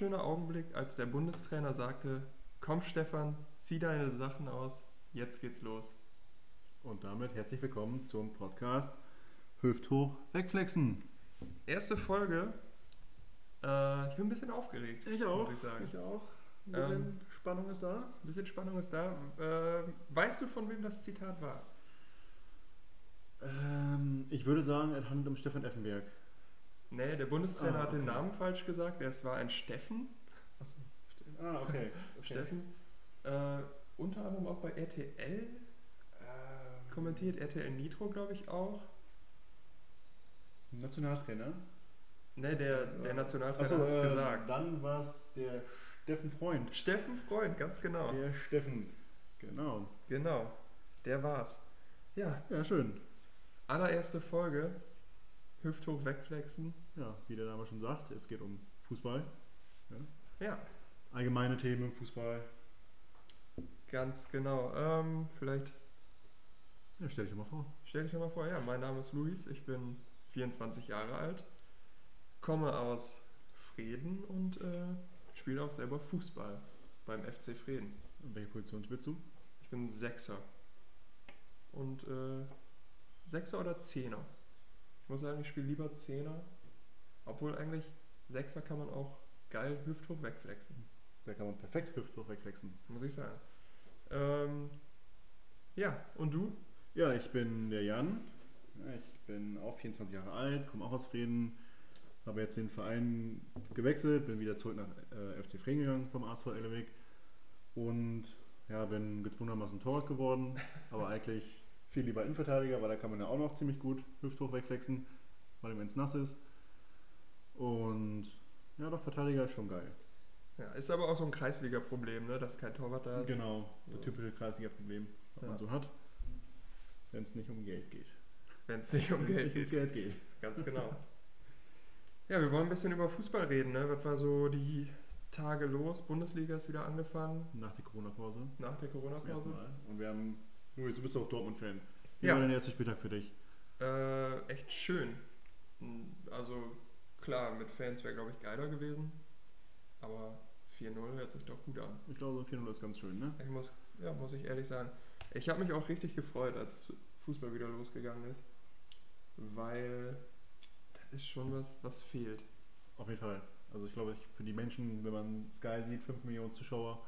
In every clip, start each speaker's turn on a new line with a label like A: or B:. A: irre Augenblick, als der Bundestrainer sagte: „Komm Stefan, zieh deine Sachen aus, jetzt geht's los!“
B: Und damit herzlich willkommen zum Podcast Hüfthoch wegflexen.
A: Erste Folge. Äh, ich bin ein bisschen aufgeregt,
B: Ich auch.
A: muss ich sagen.
B: Ich auch. Ein bisschen
A: Ähm,
B: Spannung ist da.
A: Ein bisschen Spannung ist da. Äh, weißt du, von wem das Zitat war?
B: Ähm, ich würde sagen, es handelt um Stefan Effenberg.
A: Nee, der Bundestrainer
B: Ah,
A: hat den
B: okay.
A: Namen falsch gesagt. Es war ein Steffen.
B: Ah, okay.
A: Steffen. Äh, unter anderem auch bei RTL
B: Ähm,
A: kommentiert, RTL Nitro, glaube ich, auch.
B: Nationaltrainer.
A: Ne, der, der
B: Ja.
A: Nationaltrainer
B: Ach so,
A: hat es
B: äh,
A: gesagt.
B: Dann war es der Steffen Freund.
A: Steffen Freund, ganz genau.
B: Der Steffen. Genau.
A: Genau, der war's. Ja,
B: Ja, schön.
A: allererste Folge. Hüfthoch wegflexen.
B: Ja, wie der Name schon sagt, es geht um Fußball.
A: Ja,
B: Allgemeine Themen im Fußball.
A: ganz genau. Ähm, vielleicht
B: Ja, stell dich doch mal vor.
A: Stell dich doch mal vor, ja, mein Name ist Luis, ich bin 24 Jahre alt, komme aus Freden und äh, spiele auch selber Fußball beim FC Freden.
B: In welche Position spielst du?
A: Ich bin Sechser. Und äh, Sechser oder Zehner? Ich muss sagen, ich spiele lieber Zehner, obwohl eigentlich Sechser kann man auch geil hüfthoch wegflexen,
B: Da kann man perfekt Hüfthoch wegwechseln.
A: muss ich sagen. Ähm, ja, und du?
B: Ja, ich bin der Jan. Ja, ich bin auch 24 Jahre alt, komme auch aus Frieden. Habe jetzt den Verein gewechselt, bin wieder zurück nach äh, FC Frieden gegangen vom ASV Elewig. Und ja, bin gezwungenermaßen Torwart geworden, aber eigentlich viel lieber Innenverteidiger, weil da kann man ja auch noch ziemlich gut hüfthoch wegwechseln, vor allem wenn es nass ist. Und ja, doch, Verteidiger ist schon geil.
A: Ja, ist aber auch so ein Kreisliga-Problem, ne, dass kein Torwart da ist.
B: Genau,
A: Ja.
B: das typische Kreisliga-Problem, was
A: Ja.
B: man so hat, wenn es nicht um Geld geht.
A: Wenn es nicht um
B: Wenn's
A: Geld
B: nicht
A: geht.
B: ums Geld geht.
A: Ganz genau. Ja, wir wollen ein bisschen über Fußball reden, ne? Was war so die Tage los? Bundesliga ist wieder angefangen
B: Nach der Corona-Pause.
A: nach der
B: Zum ersten
A: Corona-Pause.
B: Mal. Und wir haben. Luis, du bist auch Dortmund-Fan. Wie
A: Ja.
B: war denn der erste Spieltag für dich?
A: Äh, echt schön. Hm, Also klar, mit Fans wäre glaube ich geiler gewesen, aber 4-0 hört sich doch gut an.
B: Ich glaube, so 4-0 ist ganz schön, ne?
A: Ich muss, ja, muss ich ehrlich sagen. Ich habe mich auch richtig gefreut, als Fußball wieder losgegangen ist, weil das ist schon was, was fehlt.
B: Auf jeden Fall. Also, ich glaube, ich, für die Menschen, wenn man Sky sieht, 5 Millionen Zuschauer,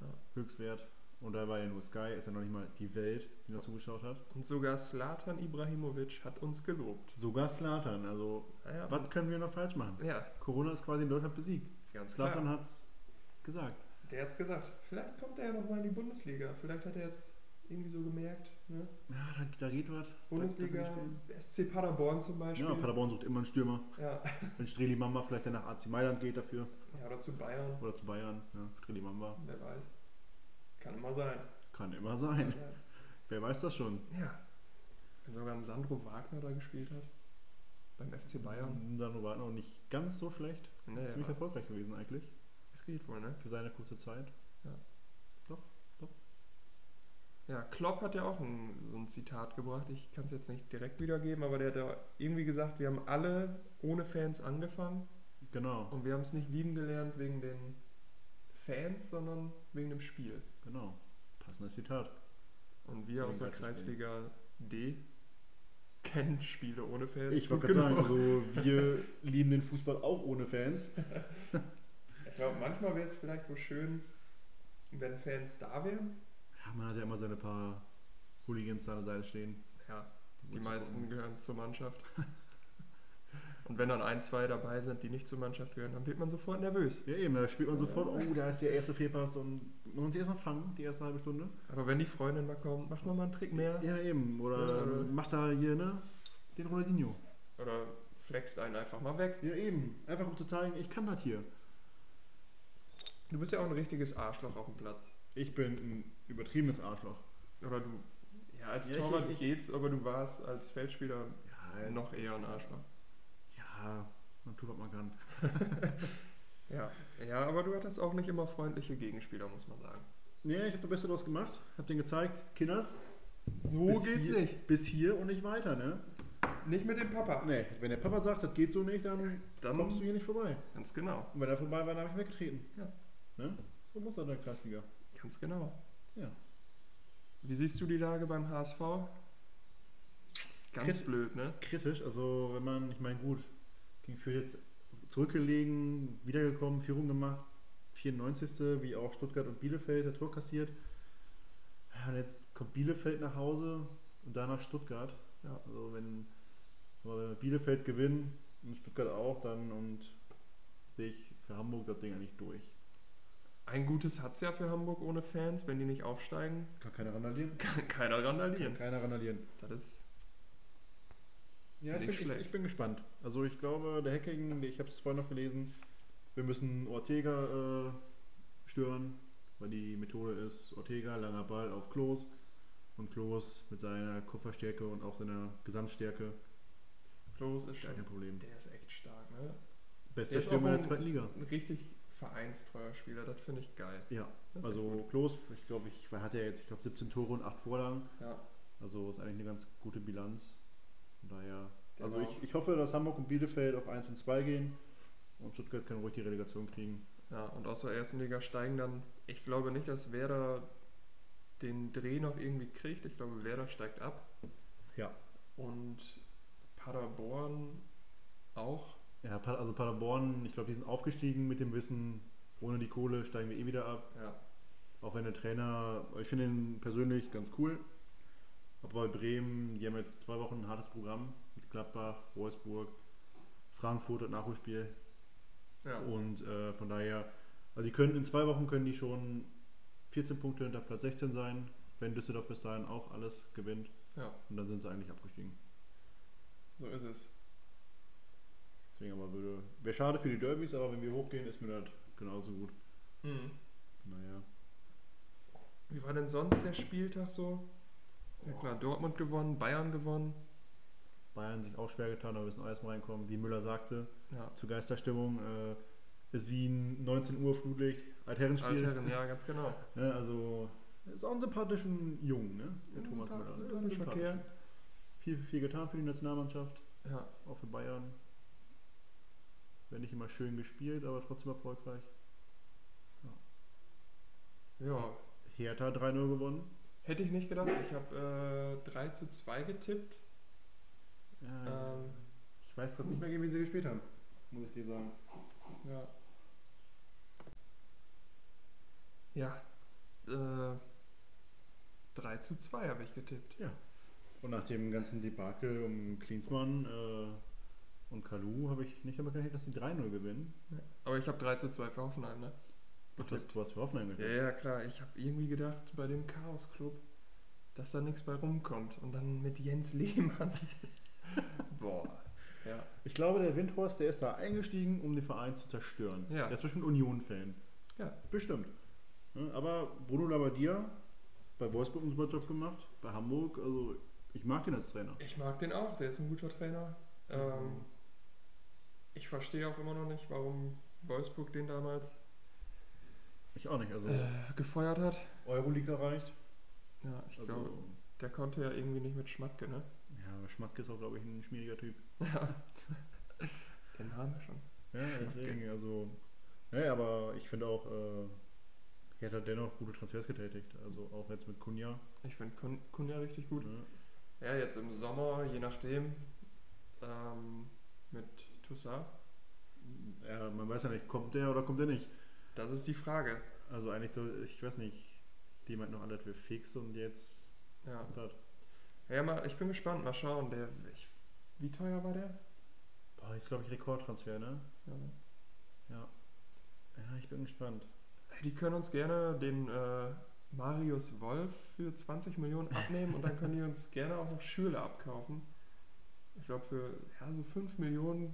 A: Ja.
B: Höchstwert. Und da war ja nur Sky, ist ja noch nicht mal die Welt, die da zugeschaut hat.
A: Und sogar Slatan Ibrahimovic hat uns gelobt.
B: Sogar Slatan. Also,
A: Naja,
B: was können wir noch falsch machen?
A: Ja,
B: Corona ist quasi in Deutschland besiegt.
A: ganz klar.
B: Slatan hat's gesagt.
A: Der hat's gesagt. Vielleicht kommt er ja nochmal in die Bundesliga. Vielleicht hat er jetzt irgendwie so gemerkt, ne?
B: Ja, da, da geht was. Da- da
A: Bundesliga,
B: kann ich
A: SC Paderborn zum Beispiel.
B: spielen. Ja, Paderborn sucht immer einen Stürmer.
A: ja.
B: Wenn Streli Mamba vielleicht dann nach AC Mailand geht dafür.
A: ja oder zu Bayern,
B: Oder zu Bayern. ne? Ja, Streli Mamba.
A: wer weiß. Kann immer sein.
B: Kann immer sein. Wer weiß das schon?
A: Ja. Wenn sogar ein Sandro Wagner da gespielt hat. Beim FC Bayern.
B: Sandro Wagner auch nicht ganz so schlecht.
A: Nee,
B: Mhm. Ziemlich
A: aber
B: erfolgreich gewesen eigentlich.
A: es geht wohl, ne?
B: Für seine kurze Zeit.
A: Ja, Klopp hat ja auch ein, so ein Zitat gebracht. Ich kann es jetzt nicht direkt wiedergeben, aber der hat da irgendwie gesagt, wir haben alle ohne Fans angefangen.
B: Genau,
A: Und wir haben es nicht lieben gelernt wegen den Fans, sondern wegen dem Spiel.
B: genau. Passendes Zitat.
A: Und wir
B: Deswegen
A: aus der
B: geiles
A: Kreisliga D kennen Spiele ohne Fans.
B: Ich wollte
A: gut
B: gerade sagen,
A: genug.
B: also wir lieben den Fußball auch ohne Fans.
A: Ich glaube, manchmal wäre es vielleicht wohl schön, wenn Fans da wären.
B: Ja, man hat ja immer seine paar Hooligans an der Seite stehen.
A: Ja,
B: um
A: die
B: zu
A: meisten
B: gucken.
A: gehören zur Mannschaft. Und wenn dann ein, zwei dabei sind, die nicht zur Mannschaft gehören, dann wird man sofort nervös.
B: Ja, eben, da spielt man
A: Ja.
B: sofort, oh, da ist der erste Fehlpass und man muss sich erstmal fangen, die erste halbe Stunde.
A: Aber wenn die Freundin mal kommt, macht man mal einen Trick mehr.
B: Ja, eben. Oder
A: Ja, oder-
B: macht da hier, ne? Den Ronaldinho.
A: Oder flext einen einfach mal weg.
B: Ja, eben. Einfach um zu zeigen, ich kann das hier.
A: Du bist ja auch ein richtiges Arschloch auf dem Platz.
B: Ich bin ein übertriebenes Arschloch.
A: Oder du. Ja, als
B: Ja, ich-
A: Torwart
B: ich- ich-
A: geht's, aber du warst als Feldspieler
B: Ja, jetzt-
A: noch eher ein Arschloch.
B: Ja, man tut, was man kann.
A: Ja. ja, aber du hattest auch nicht immer freundliche Gegenspieler, muss man sagen.
B: Nee, ich habe das Beste draus gemacht. Hab denen gezeigt, Kinders,
A: So
B: bis hier, Bis hier und nicht weiter, ne?
A: Nicht mit dem Papa.
B: Nee, wenn der Papa sagt, das geht so nicht, dann,
A: Dann-
B: kommst du hier nicht vorbei.
A: Ganz genau.
B: Und wenn er vorbei war, dann habe ich weggetreten.
A: Ja.
B: Ne? So muss er in der Kreisliga.
A: Ganz genau.
B: Ja.
A: Wie siehst du die Lage beim HSV? Ganz
B: Krit-
A: blöd, ne?
B: Kritisch, also wenn man, ich meine, gut, gegen Fürth jetzt zurückgelegen, wiedergekommen, Führung gemacht, 94. wie auch Stuttgart und Bielefeld, der Tor kassiert. Ja, und jetzt kommt Bielefeld nach Hause und danach Stuttgart.
A: Ja.
B: Also wenn, aber wenn wir Bielefeld gewinnen und Stuttgart auch, dann und sehe ich für Hamburg das Ding eigentlich durch.
A: Ein gutes hat's ja für Hamburg ohne Fans. Wenn die nicht aufsteigen,
B: Kann keiner randalieren.
A: kann keiner
B: Kann
A: randalieren.
B: keiner randalieren.
A: Das ist
B: Ja, ich
A: Nicht
B: bin, ich,
A: schlecht.
B: ich bin gespannt. Also ich glaube, der Hacking, ich habe es vorhin noch gelesen, wir müssen Ortega äh, stören, weil die Methode ist, Ortega, langer Ball auf Klos und Klos mit seiner Kupferstärke und auch seiner Gesamtstärke
A: Klos ist
B: gar kein
A: schon.
B: Problem.
A: Der ist echt stark, ne?
B: Bester
A: Der ist auch
B: Stürmer der
A: ein-
B: zweiten Liga.
A: Ein richtig vereinstreuer Spieler, das finde ich geil.
B: Ja,
A: Das ist echt
B: also Klos, ich glaube, ich hat ja jetzt, ich glaube, 17 Tore und 8 Vorlagen.
A: gut. ja.
B: Also ist eigentlich eine ganz gute Bilanz. Von daher.
A: Der
B: also
A: war
B: ich, ich hoffe, dass Hamburg und Bielefeld auf 1 und 2 gehen und Stuttgart kann ruhig die Relegation kriegen.
A: Ja, und aus der ersten Liga steigen dann, ich glaube nicht, dass Werder den Dreh noch irgendwie kriegt. Ich glaube, Werder steigt ab.
B: Ja.
A: Und Paderborn auch.
B: Ja, Pa- also Paderborn, ich glaube, die sind aufgestiegen mit dem Wissen, ohne die Kohle steigen wir eh wieder ab.
A: Ja,
B: Auch wenn der Trainer, ich finde ihn persönlich ganz cool. Aber bei Bremen, die haben jetzt zwei Wochen ein hartes Programm mit Gladbach, Wolfsburg, Frankfurt und Nachholspiel.
A: ja.
B: Und äh, von daher, also die können in zwei Wochen können die schon 14 Punkte hinter Platz 16 sein, wenn Düsseldorf bis dahin auch alles gewinnt.
A: Ja.
B: Und dann sind sie eigentlich abgestiegen.
A: so ist es.
B: Deswegen aber würde. Wäre schade für die Derbys, aber wenn wir hochgehen, ist mir das genauso gut.
A: Mhm.
B: Naja.
A: Wie war denn sonst der Spieltag so? Ja klar, Dortmund gewonnen, Bayern gewonnen.
B: Bayern sich auch schwer getan, da müssen alles mal reinkommen. Wie Müller sagte,
A: Ja,
B: zur Geisterstimmung äh, ist wie ein 19 Uhr Flutlicht, Altherrenspiel.
A: Altherren, ja, ganz genau.
B: Ne, also ist auch ein sympathischen Jungen, ne? Der
A: Ja,
B: Thomas
A: sympathisch-
B: Müller.
A: sympathischer
B: Sympathisch.
A: Kerl.
B: Viel, viel, viel getan für die Nationalmannschaft,
A: Ja,
B: auch für Bayern. Wenn nicht immer schön gespielt, aber trotzdem erfolgreich.
A: ja.
B: Hertha 3-0 gewonnen.
A: hätte ich nicht gedacht. Ich habe äh, 3 zu 2 getippt.
B: Ja,
A: Ähm,
B: ich weiß gerade nicht mehr, gegen wen sie gespielt haben, muss ich dir sagen.
A: Ja. Ja. Äh, 3 zu 2 habe ich getippt.
B: Und nach dem ganzen Debakel um Klinsmann äh, und Kalu habe ich nicht damit gerechnet, dass die 3-0 gewinnen.
A: Aber ich habe 3 zu 2 für Hoffenheim, ne?
B: Ach, das, du hast für Hoffenheim
A: Ja,
B: getippt.
A: ja, klar. Ich habe irgendwie gedacht, bei dem Chaos Club, dass da nichts bei rumkommt. Und dann mit Jens Lehmann. Boah. Ja.
B: Ich glaube, der Windhorst, der ist da eingestiegen, um den Verein zu zerstören.
A: Ja.
B: Der ist bestimmt Union-Fan.
A: Ja.
B: Bestimmt. Ne, Aber Bruno Labbadia, bei Wolfsburg einen super Job gemacht, bei Hamburg, also ich mag den als Trainer.
A: Ich mag den auch. Der ist ein guter Trainer. Ähm,
B: Mhm.
A: ich verstehe auch immer noch nicht, warum Wolfsburg den damals
B: Ich auch nicht, also
A: äh, gefeuert hat.
B: Euroleague erreicht.
A: Ja, ich
B: Also,
A: glaube, der konnte ja irgendwie nicht mit Schmatke, ne?
B: ja, aber Schmatke ist auch, glaube ich, ein schmieriger Typ.
A: Ja. Den Name schon.
B: Ja, deswegen, also. Naja, aber ich finde auch, äh, er hat dennoch gute Transfers getätigt. Also auch jetzt mit Kunja.
A: Ich finde Kun- Kunja richtig gut.
B: Ne?
A: Mhm. Ja, jetzt im Sommer, je nachdem, ähm, mit Toussaint.
B: Ja, man weiß ja nicht, kommt der oder kommt der nicht.
A: Das ist die Frage.
B: Also eigentlich so, ich weiß nicht, die meint noch anders für fix und jetzt
A: Ja,
B: kommt das.
A: ja mal, ich bin gespannt. Mal schauen. Der, ich, wie teuer war der?
B: Boah, ist glaube ich Rekordtransfer, ne?
A: Ja.
B: Ja, ich bin gespannt.
A: Die können uns gerne den äh, Marius Wolf für 20 Millionen abnehmen und dann können die uns gerne auch noch Schüler abkaufen. Ich glaube, für ja, so 5 Millionen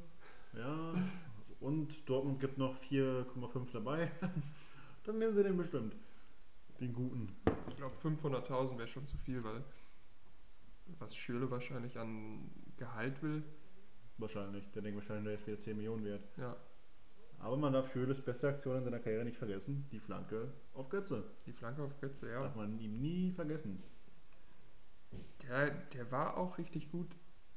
B: Ja, also, und Dortmund gibt noch 4,5 dabei. Dann nehmen sie den bestimmt. Den guten.
A: Ich glaube, 500.000 wäre schon zu viel, weil was Schürle wahrscheinlich an Gehalt will.
B: Wahrscheinlich. Der denkt wahrscheinlich, der ist wieder 10 Millionen wert.
A: Ja,
B: Aber man darf Schöles beste Aktion in seiner Karriere nicht vergessen, die Flanke auf Götze.
A: die Flanke auf Götze, ja.
B: Darf man ihm nie vergessen.
A: Der, der war auch richtig gut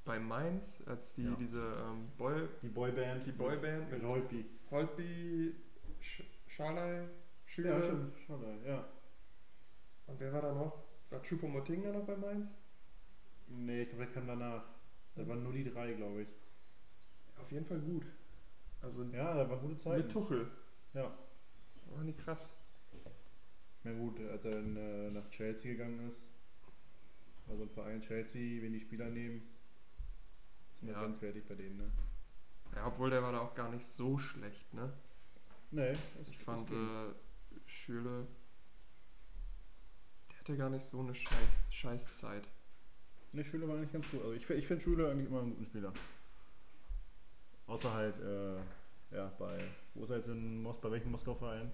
A: bei Mainz, als die
B: Ja.
A: diese ähm, Boy,
B: Die Boyband.
A: die Boyband mit
B: Mit Holpi.
A: Holtby, Sch Schalay, Schüler
B: Ja, stimmt. Schade, ja.
A: und wer war da noch? War Choupo-Moting da noch bei Mainz?
B: Nee, ich glaube, der kam danach. Da waren nur die drei, glaube ich.
A: Auf jeden Fall gut. Also
B: Ja, da war gute Zeit.
A: mit Tuchel.
B: Ja.
A: War nicht krass.
B: Na gut, als er dann, äh, nach Chelsea gegangen ist, also im Verein Chelsea, wenn die Spieler nehmen, ist man
A: Ja.
B: ganz fertig bei denen, ne?
A: Ja, obwohl der war da auch gar nicht so schlecht, ne?
B: Nee, das-
A: Ich
B: das
A: fand
B: ging.
A: äh, Schüle, der hatte gar nicht so eine Scheiß Scheißzeit.
B: Ne, Schüler war eigentlich ganz gut. Also ich, fi- ich finde Schüler eigentlich immer einen guten Spieler. Außer halt, äh, ja, bei, wo ist er jetzt in Moskau, bei welchem Moskau-Verein?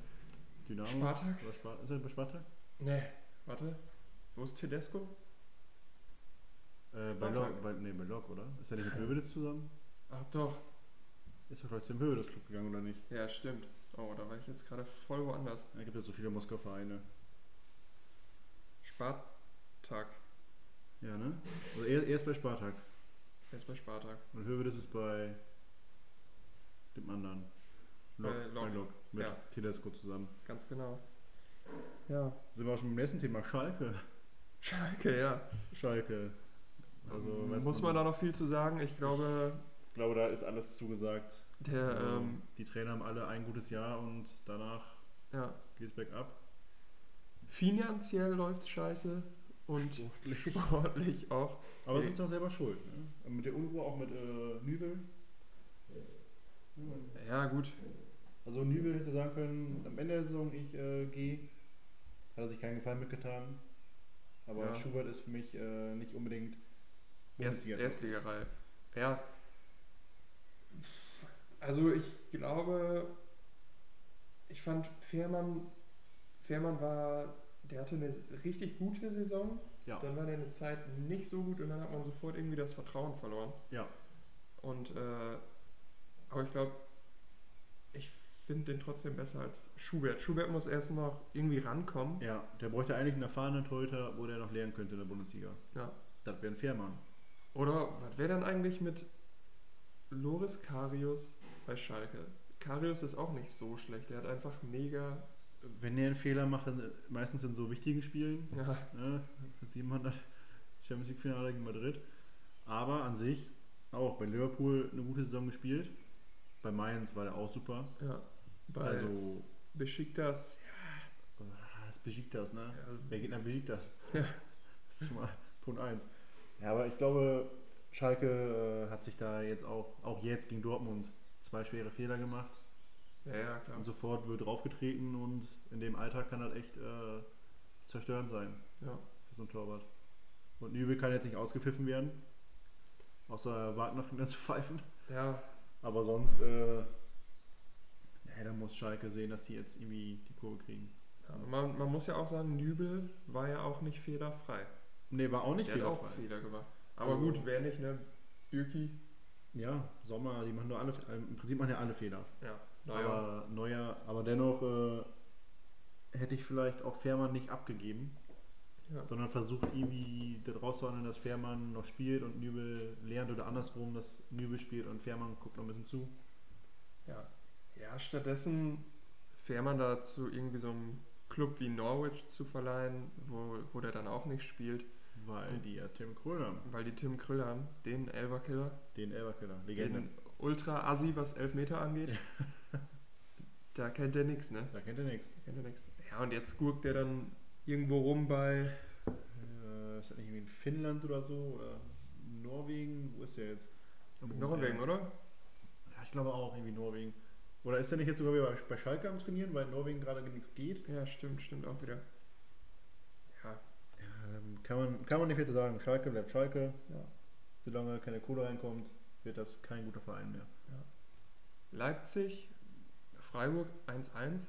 B: Dynamo?
A: Spartak?
B: Oder Spar ist er bei Spartak?
A: Nee, warte. Wo ist Tedesco?
B: Äh, bei
A: Spartak.
B: Lok, bei, nee, bei Lok, oder? Ist er nicht mit Höwedes zusammen?
A: Ach doch.
B: Ist er vielleicht zum Höwedes Club gegangen, oder nicht?
A: Ja, stimmt. Oh, da war ich jetzt gerade voll woanders.
B: Da gibt ja so viele Moskau-Vereine.
A: Spartak.
B: Ja, ne? Also er, er ist bei Spartak.
A: Er ist bei Spartak.
B: Und Höwedes ist bei dem anderen. Lok,
A: Bei Lok.
B: Bei Lok. Mit
A: Ja.
B: Tedesco zusammen.
A: Ganz genau. Ja.
B: Sind wir auch schon beim nächsten Thema. Schalke.
A: Schalke, ja. Mhm.
B: Schalke. Also, weiß
A: Muss man da noch viel zu sagen? Ich glaube,
B: Ich glaube, da ist alles zugesagt.
A: der,
B: Also,
A: ähm,
B: die Trainer haben alle ein gutes Jahr und danach
A: ja,
B: geht's bergab.
A: finanziell läuft scheiße und sportlich auch.
B: Aber
A: Ey.
B: sind sie auch selber schuld. Ne? Mit der Unruhe, auch mit äh, Nübel.
A: Ja, gut.
B: Also Nübel hätte sagen können, am Ende der Saison ich äh, gehe. Hat er sich keinen Gefallen mitgetan. Aber
A: Ja.
B: Schubert ist für mich äh, nicht unbedingt
A: Erst,
B: Bundesliga.
A: Erstligareif. Ja. Also ich glaube, ich fand Fährmann, Fährmann war, der hatte eine richtig gute Saison.
B: Ja.
A: Dann war der eine Zeit nicht so gut und dann hat man sofort irgendwie das Vertrauen verloren.
B: Ja.
A: Und äh, aber ich glaube, ich finde den trotzdem besser als Schubert. Schubert muss erst noch irgendwie rankommen.
B: Ja, der bräuchte eigentlich einen erfahrenen Torhüter, wo der noch lernen könnte in der Bundesliga.
A: Ja.
B: Das wäre ein Fährmann.
A: Oder was wäre denn eigentlich mit Loris Karius bei Schalke? Karius ist auch nicht so schlecht, der hat einfach mega.
B: Wenn der einen Fehler macht, dann äh, meistens in so wichtigen Spielen,
A: Ja,
B: ne, das sieht man dann Champions League Finale gegen Madrid. Aber an sich auch bei Liverpool eine gute Saison gespielt. Bei Mainz war der auch super.
A: ja. Bei also,
B: Also,
A: Besiktas.
B: ah, das besiegt das, ne?
A: Ja,
B: Wer geht nach besiegt das?
A: Ja.
B: Das ist schon mal Punkt 1. Ja, aber ich glaube, Schalke äh, hat sich da jetzt auch, auch jetzt gegen Dortmund, zwei schwere Fehler gemacht.
A: ja, ja, klar.
B: Und sofort wird draufgetreten und in dem Alter kann das echt äh, zerstörend sein
A: Ja.
B: für so einen Torwart. Und Nübel kann jetzt nicht ausgepfiffen werden, außer Wagner fängt an zu pfeifen.
A: ja,
B: Aber sonst, äh, ja, da muss Schalke sehen, dass sie jetzt irgendwie die Kurve kriegen.
A: ja. Man, man muss ja auch sagen, Nübel war ja auch nicht fehlerfrei.
B: Ne, war auch nicht
A: der hat auch
B: fehlerfrei.
A: Fehler gemacht. Aber
B: Also-
A: gut, wer nicht, ne? Bürki.
B: Ja, Sommer, die machen nur alle, äh, im Prinzip machen ja alle Fehler.
A: Ja, naja.
B: Aber neuer, aber dennoch äh, hätte ich vielleicht auch Fährmann nicht abgegeben,
A: Ja.
B: sondern versucht irgendwie daraus zu handeln, dass Fährmann noch spielt und Nübel lernt oder andersrum, dass Nübel spielt und Fährmann guckt noch ein bisschen zu.
A: Ja. ja, stattdessen Fährmann dazu irgendwie so einem Club wie Norwich zu verleihen, wo, wo der dann auch nicht spielt,
B: Weil die ja Tim Kröll haben,
A: weil die Tim Krill haben, den Elverkiller,
B: den Elberkeller, Legende.
A: den Ultra-Assi, was Elfmeter angeht. da kennt der nix, ne?
B: Da kennt ihr nichts.
A: Da kennt der nix. Ja, und jetzt gurkt der dann irgendwo rum bei,
B: Äh, ist das nicht irgendwie in Finnland oder so? Oder Norwegen? Wo ist der jetzt?
A: Norwegen, oder?
B: Ja, ich glaube auch irgendwie Norwegen. Oder ist der nicht jetzt sogar wieder bei, bei Schalke am Trainieren, weil in Norwegen gerade nichts geht?
A: Ja, stimmt, stimmt auch wieder. Ja,
B: Ähm, Kann man, kann man nicht viel zu sagen. Schalke bleibt Schalke.
A: Ja.
B: Solange keine Kohle reinkommt, wird das kein guter Verein mehr.
A: Leipzig, Freiburg 1-1.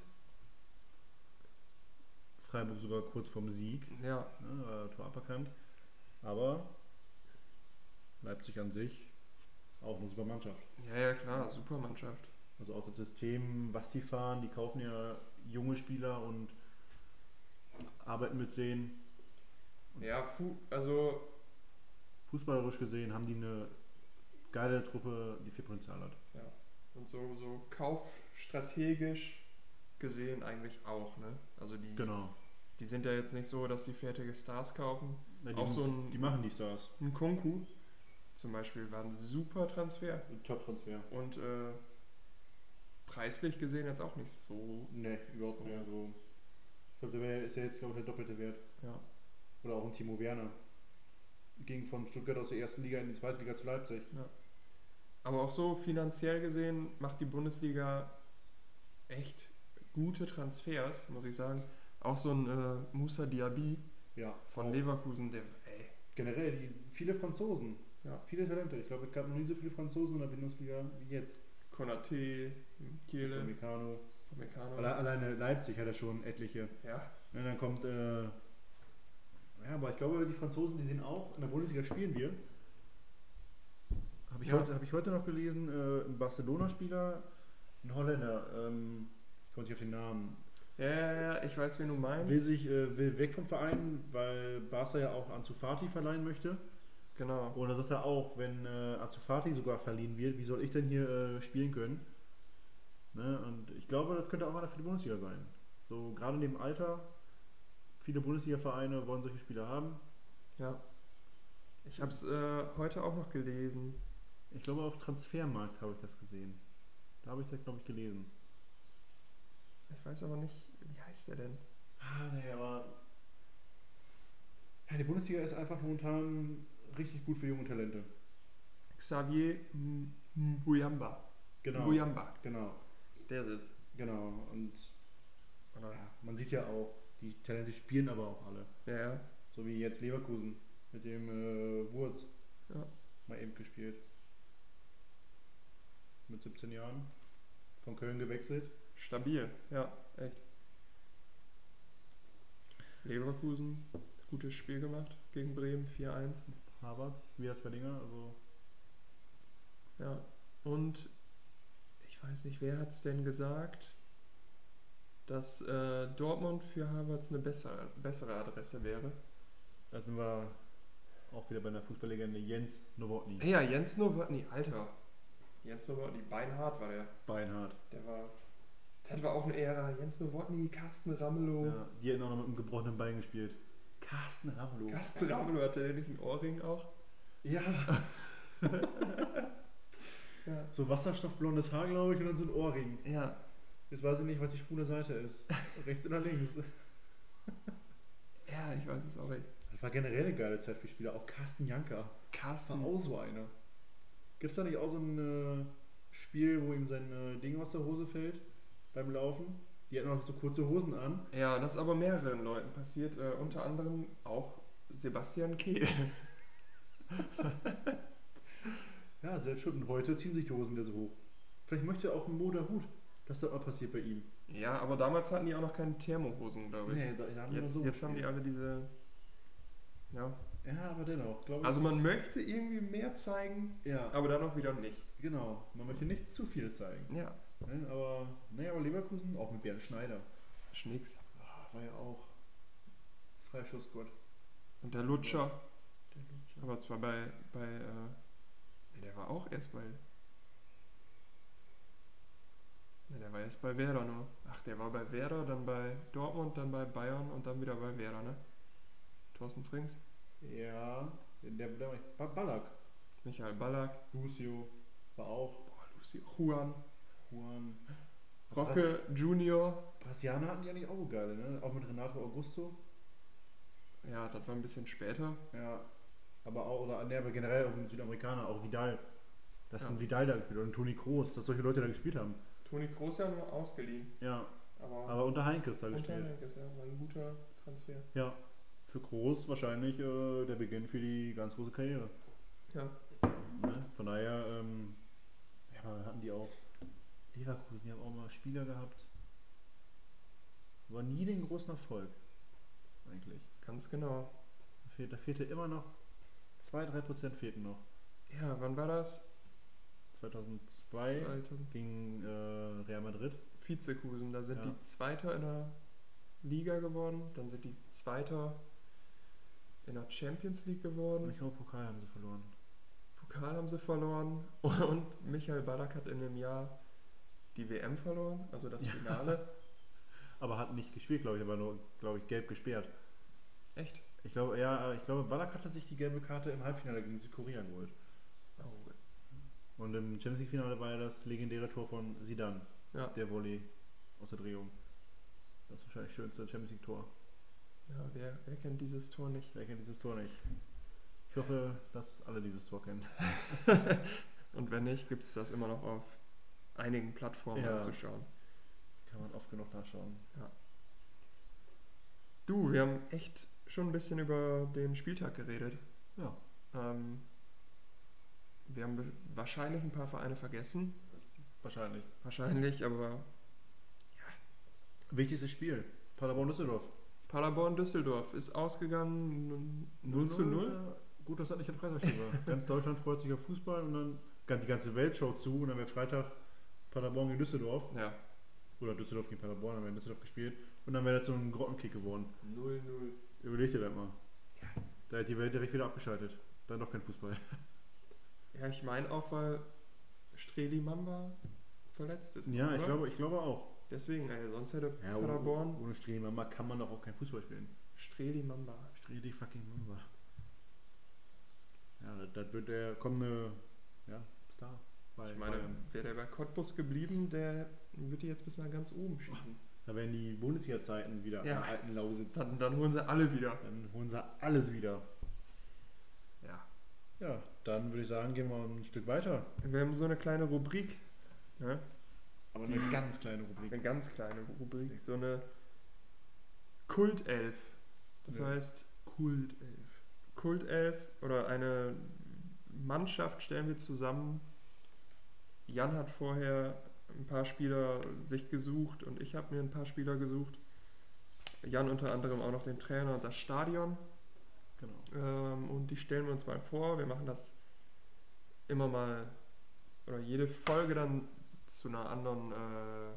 B: Freiburg sogar kurz vorm Sieg,
A: Ja,
B: ne, war Tor aberkannt. Aber Leipzig an sich auch eine super Mannschaft.
A: ja, ja, klar, super Mannschaft.
B: Also auch das System, was sie fahren, die kaufen ja junge Spieler und arbeiten mit denen.
A: Ja, Fu also
B: fußballerisch gesehen haben die eine geile Truppe, die viel Potenzial hat.
A: Und so, so kaufstrategisch gesehen eigentlich auch, ne? Also die,
B: Genau.
A: die sind ja jetzt nicht so, dass die fertige Stars kaufen.
B: Ja, die,
A: Auch so ein-
B: die machen die Stars.
A: Ein Kunku zum Beispiel war ein super Transfer.
B: Top-Transfer.
A: Und äh, preislich gesehen jetzt auch nicht so.
B: Ne, überhaupt nicht. Also, ich glaube, der wär- ist ja jetzt, glaube ich, der doppelte Wert.
A: Ja.
B: Oder auch ein Timo Werner. Ging von Stuttgart aus der ersten Liga in die zweite Liga zu Leipzig.
A: Aber auch so finanziell gesehen macht die Bundesliga echt gute Transfers, muss ich sagen. Auch so ein äh, Moussa Diaby
B: Ja.
A: von
B: auch
A: Leverkusen, der, ey,
B: Generell, die, viele Franzosen.
A: Ja.
B: Viele Talente. Ich glaube, es gab noch nie so viele Franzosen in der Bundesliga wie jetzt.
A: Konaté, Kehle,
B: Upamecano. Alle,
A: Amerikaner.
B: alleine Leipzig hat ja schon etliche.
A: Ja,
B: Und dann kommt, äh, ja, aber ich glaube, die Franzosen, die sind auch, in der Bundesliga spielen wir. Habe ich,
A: Ja.
B: heute- hab ich heute noch gelesen, äh, ein Barcelona-Spieler, ein Holländer, ähm, ich komme nicht auf den Namen,
A: ja, ja, ja, ich weiß, wen du
B: will
A: meinst.
B: sich äh, will weg vom Verein, weil Barca ja auch Ansu Fati verleihen möchte.
A: Genau.
B: Und da sagt er auch, wenn äh, Ansu Fati sogar verliehen wird, wie soll ich denn hier äh, spielen können? Ne? Und ich glaube, das könnte auch einer für die Bundesliga sein. So gerade in dem Alter, viele Bundesliga-Vereine wollen solche Spieler haben.
A: Ja. Ich habe es äh, heute auch noch gelesen.
B: Ich glaube, auf Transfermarkt habe ich das gesehen. Da habe ich das, glaube ich, gelesen.
A: Ich weiß aber nicht, wie heißt der denn?
B: Ah, naja, aber. Ja, die Bundesliga ist einfach momentan richtig gut für junge Talente.
A: Xavier M- Mbuyamba.
B: Genau.
A: Mbuyamba.
B: Genau,
A: Der ist es.
B: genau. Und
A: Oder?
B: ja, man sieht ja auch, die Talente spielen aber auch alle.
A: Ja, ja.
B: So wie jetzt Leverkusen mit dem äh, Wurz.
A: Ja.
B: Mal eben gespielt. Mit 17 Jahren. Von Köln gewechselt.
A: Stabil, ja, echt. Leverkusen, gutes Spiel gemacht gegen Bremen, 4-1.
B: Harvard, wieder zwei Dinger. Also
A: Ja. Und ich weiß nicht, wer hat's denn gesagt, dass äh, Dortmund für Havertz eine bessere, bessere Adresse wäre?
B: Da sind wir auch wieder bei einer Fußballlegende Jens Nowotny.
A: Ja, Jens Nowotny, Alter. Jens Nowotny, beinhart war der.
B: Beinhard.
A: Der war. Das war auch eine Ära. Jens Nowotny, Carsten Ramelow.
B: Ja, die hätten auch noch mit einem gebrochenen Bein gespielt. Carsten Ramelow.
A: Carsten Ramelow hatte der nicht einen Ohrring auch?
B: Ja.
A: Ja.
B: So wasserstoffblondes Haar, glaube ich, und dann so ein Ohrring.
A: Ja,
B: Jetzt weiß ich nicht, was die schwule Seite ist. Rechts oder links.
A: Ja, ich weiß es auch nicht.
B: Das war generell eine geile Zeit für Spieler. Auch Carsten Janka war
A: Carsten.
B: auch so einer. Gibt es da nicht auch so ein äh, Spiel, wo ihm sein äh, Ding aus der Hose fällt beim Laufen? Die hatten auch so kurze Hosen an.
A: Ja, das ist aber mehreren Leuten passiert. Äh, unter anderem auch Sebastian Kehl.
B: Ja, selbst schon. Und heute ziehen sich die Hosen wieder so hoch. Vielleicht möchte er auch ein Moderhut. Das hat mal passiert bei ihm.
A: Ja, aber damals hatten die auch noch keine Thermohosen, glaube ich.
B: Nee, da, da haben wir
A: jetzt
B: so
A: jetzt haben die
B: gespielt.
A: alle diese. Ja.
B: Ja, aber dennoch, glaube ich.
A: Also man möchte irgendwie mehr zeigen,
B: ja,
A: aber dann auch wieder nicht.
B: genau. Man möchte nicht zu viel zeigen.
A: Ja.
B: Ne? Aber, naja, aber Leverkusen, auch mit Bernd Schneider.
A: Schnicks.
B: Ah, war ja auch Freischussgott.
A: Und der Lutscher.
B: Der Lutscher.
A: Aber zwar bei. bei äh, nee, der war auch erst bei. Ne, der war erst bei Werder nur. Ach, der war bei Werder, dann bei Dortmund, dann bei Bayern und dann wieder bei Werder, ne? Thorsten Frings,
B: Ja, der, der war Ballack.
A: Michael Ballack,
B: Lucio war auch.
A: boah, Lucy, Juan,
B: Juan.
A: Rocke Junior.
B: Brasianer hatten die eigentlich auch geile, ne? Auch mit Renato Augusto.
A: Ja, das war ein bisschen später.
B: Ja. Aber auch, oder nee, aber generell auch mit Südamerikaner, auch Vidal. Das
A: Ja.
B: sind Vidal da gespielt und Toni Kroos, dass solche Leute da gespielt haben.
A: Toni Kroos ja nur ausgeliehen,
B: Ja,
A: aber,
B: aber unter Heinkes da
A: unter
B: gespielt.
A: Henkes, ja, war ein guter Transfer.
B: Ja. Für Kroos wahrscheinlich äh, der Beginn für die ganz große Karriere.
A: Ja.
B: Ne? Von daher, ähm, ja, aber hatten die auch Leverkusen, die haben auch mal Spieler gehabt. War nie den großen Erfolg. Eigentlich.
A: Ganz genau.
B: Da, fehlt, da fehlte immer noch 2-3% fehlten noch.
A: Ja, wann war das?
B: 2002
A: 2000.
B: gegen äh, Real Madrid.
A: Vizekusen. Da sind
B: Ja.
A: die Zweiter in der Liga geworden, dann sind die Zweiter in der Champions League geworden.
B: Ich glaube, Pokal haben sie verloren.
A: Pokal haben sie verloren und Michael Ballack hat in dem Jahr die WM verloren, also das
B: Ja.
A: Finale.
B: Aber hat nicht gespielt, glaube ich, aber nur, glaube ich, gelb gesperrt.
A: Echt?
B: Ich glaube, ja, ich glaube, Ballack hatte sich die gelbe Karte im Halbfinale gegen Südkorea geholt.
A: Oh,
B: Und im Champions League Finale war ja das legendäre Tor von Sidan,
A: Ja.
B: der Volley aus der Drehung. Das ist wahrscheinlich das schönste Champions League Tor.
A: ja, wer, wer kennt dieses Tor nicht?
B: Wer kennt dieses Tor nicht? Ich hoffe, dass alle dieses Tor kennen.
A: Und wenn nicht, gibt es das immer noch auf einigen Plattformen
B: Ja.
A: anzuschauen.
B: Kann man oft genug nachschauen.
A: Du, wir haben echt schon ein bisschen über den Spieltag geredet.
B: Ja.
A: Ähm, wir haben be- wahrscheinlich ein paar Vereine vergessen.
B: Wahrscheinlich.
A: Wahrscheinlich, aber
B: Wichtigstes Spiel. Paderborn Düsseldorf.
A: Paderborn Düsseldorf ist ausgegangen 0 zu 0.
B: äh, Gut, dass das nicht ein Freitagsspiel war. Ganz Deutschland freut sich auf Fußball und dann ganz- die ganze Welt schaut zu und dann wird Freitag Paderborn gegen Düsseldorf
A: Ja,
B: oder Düsseldorf gegen Paderborn, dann wäre Düsseldorf gespielt und dann wäre das so ein Grottenkick geworden.
C: 0-0.
B: Überleg dir das mal. Da hätte die Welt direkt wieder abgeschaltet. Dann doch kein Fußball.
A: ja ich meine auch, weil Streli Mamba verletzt ist.
B: Ja, ich
A: oder?
B: glaube, ich glaube auch.
A: Deswegen, ey, sonst hätte
B: Ja, oh. ohne-
A: Paderborn
B: Ohne Strehmamba kann man doch auch kein Fußball spielen.
A: Streli Mamba.
B: Streh die fucking Mamba. Ja, das- das wird der kommende ja, Star. Bei
A: Ich meine,
B: Bayern.
A: wäre der bei Cottbus geblieben, der würde jetzt bis nach ganz oben schießen.
B: da werden die Bundesliga-Zeiten wieder
A: Ja.
B: in der alten Lausitz.
A: Dann, dann holen sie alle wieder.
B: Dann holen sie alles wieder.
A: Ja.
B: Ja, dann würde ich sagen, gehen wir ein Stück weiter.
A: Wir haben so eine kleine Rubrik. Ne?
B: Aber
A: eine
B: ganz kleine Rubrik.
A: Eine ganz kleine Rubrik. So eine Kultelf. Das
B: Ja.
A: heißt Kultelf. Kultelf oder eine Mannschaft stellen wir zusammen. Jan hat vorher ein paar Spieler sich gesucht und ich habe mir ein paar Spieler gesucht. Jan unter anderem auch noch den Trainer und das Stadion.
B: Genau.
A: Ähm, und die stellen wir uns mal vor. Wir machen das immer mal oder jede Folge dann zu einer anderen äh,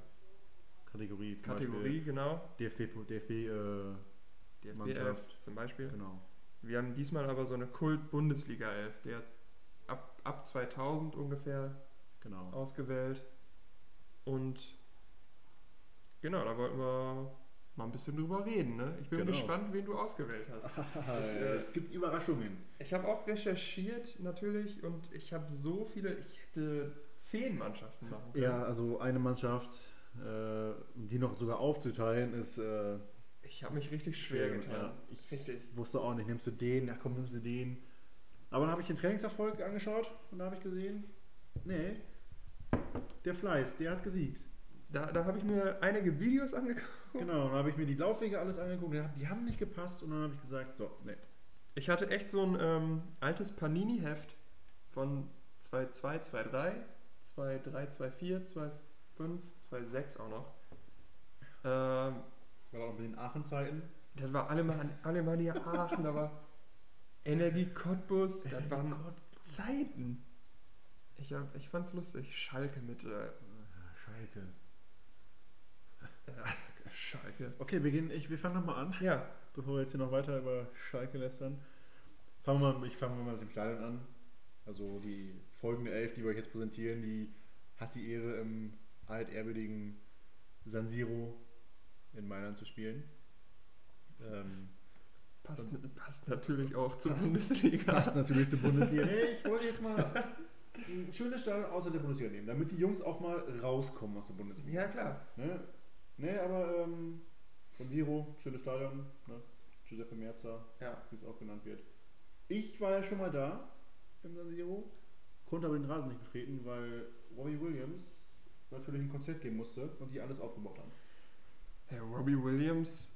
B: Kategorie. zum
A: Kategorie, genau.
B: Beispiel DFB, DFB äh,
A: Die
B: Mannschaft.
A: FBF zum Beispiel.
B: genau.
A: Wir haben diesmal aber so eine Kult-Bundesliga-Elf, der ab, ab 2000 ungefähr
B: Genau.
A: ausgewählt. Und genau, da wollten wir mal ein bisschen drüber reden. Ne? Ich bin
B: Genau.
A: gespannt, wen du ausgewählt hast. äh,
B: es gibt Überraschungen.
A: Ich habe auch recherchiert natürlich und ich habe so viele, ich hätte zehn Mannschaften machen können.
B: Ja, also eine Mannschaft, äh, die noch sogar aufzuteilen ist. Äh,
A: Ich habe mich richtig schwer
B: schön,
A: getan.
B: Äh, ja. Ich
A: Richtig.
B: wusste auch nicht, nimmst du den, ach komm, nimmst du den. Aber dann habe ich den Trainingserfolg angeschaut und da habe ich gesehen, nee, der Fleiß, der hat gesiegt.
A: Da, da habe ich mir einige Videos angeguckt.
B: Genau, dann habe ich mir die Laufwege alles angeguckt, die haben- die haben nicht gepasst und dann habe ich gesagt, so, nee.
A: Ich hatte echt so ein ähm, altes Panini-Heft von 2.2, 2.3, 2.3, 2.4, 2.5, 2.6 auch noch. Ähm,
B: War auch mit den Aachen-Zeiten.
A: das war Alemann- Alemannia Aachen, da war Energie Cottbus, das waren Zeiten. Ich, hab- ich fand's lustig. Schalke mit äh,
B: Schalke.
A: Schalke.
B: Okay, wir, gehen, ich, wir fangen nochmal an.
A: Ja,
B: Bevor wir jetzt hier noch weiter über Schalke lästern, fangen wir, ich fange mal mit dem Stadion an. Also die folgende Elf, die wir euch jetzt präsentieren, die hat die Ehre im altehrwürdigen San Siro in Mailand zu spielen. Ähm,
A: passt,
B: Und-
A: passt natürlich auch zur
B: Passt.
A: Bundesliga.
B: passt natürlich zur Bundesliga. Hey, ich wollte jetzt mal ein schönes Stadion außer der Bundesliga nehmen, damit die Jungs auch mal rauskommen aus der Bundesliga.
A: Ja, klar.
B: Ne, ne aber ähm, San Siro, schönes Stadion, ne? Giuseppe Merzer,
A: Ja.
B: wie es auch genannt wird. Ich war ja schon mal da im San Siro, konnte aber den Rasen nicht betreten, weil Robbie Williams natürlich ein Konzert geben musste und die alles aufgebaut haben.
A: Hey, Robbie Williams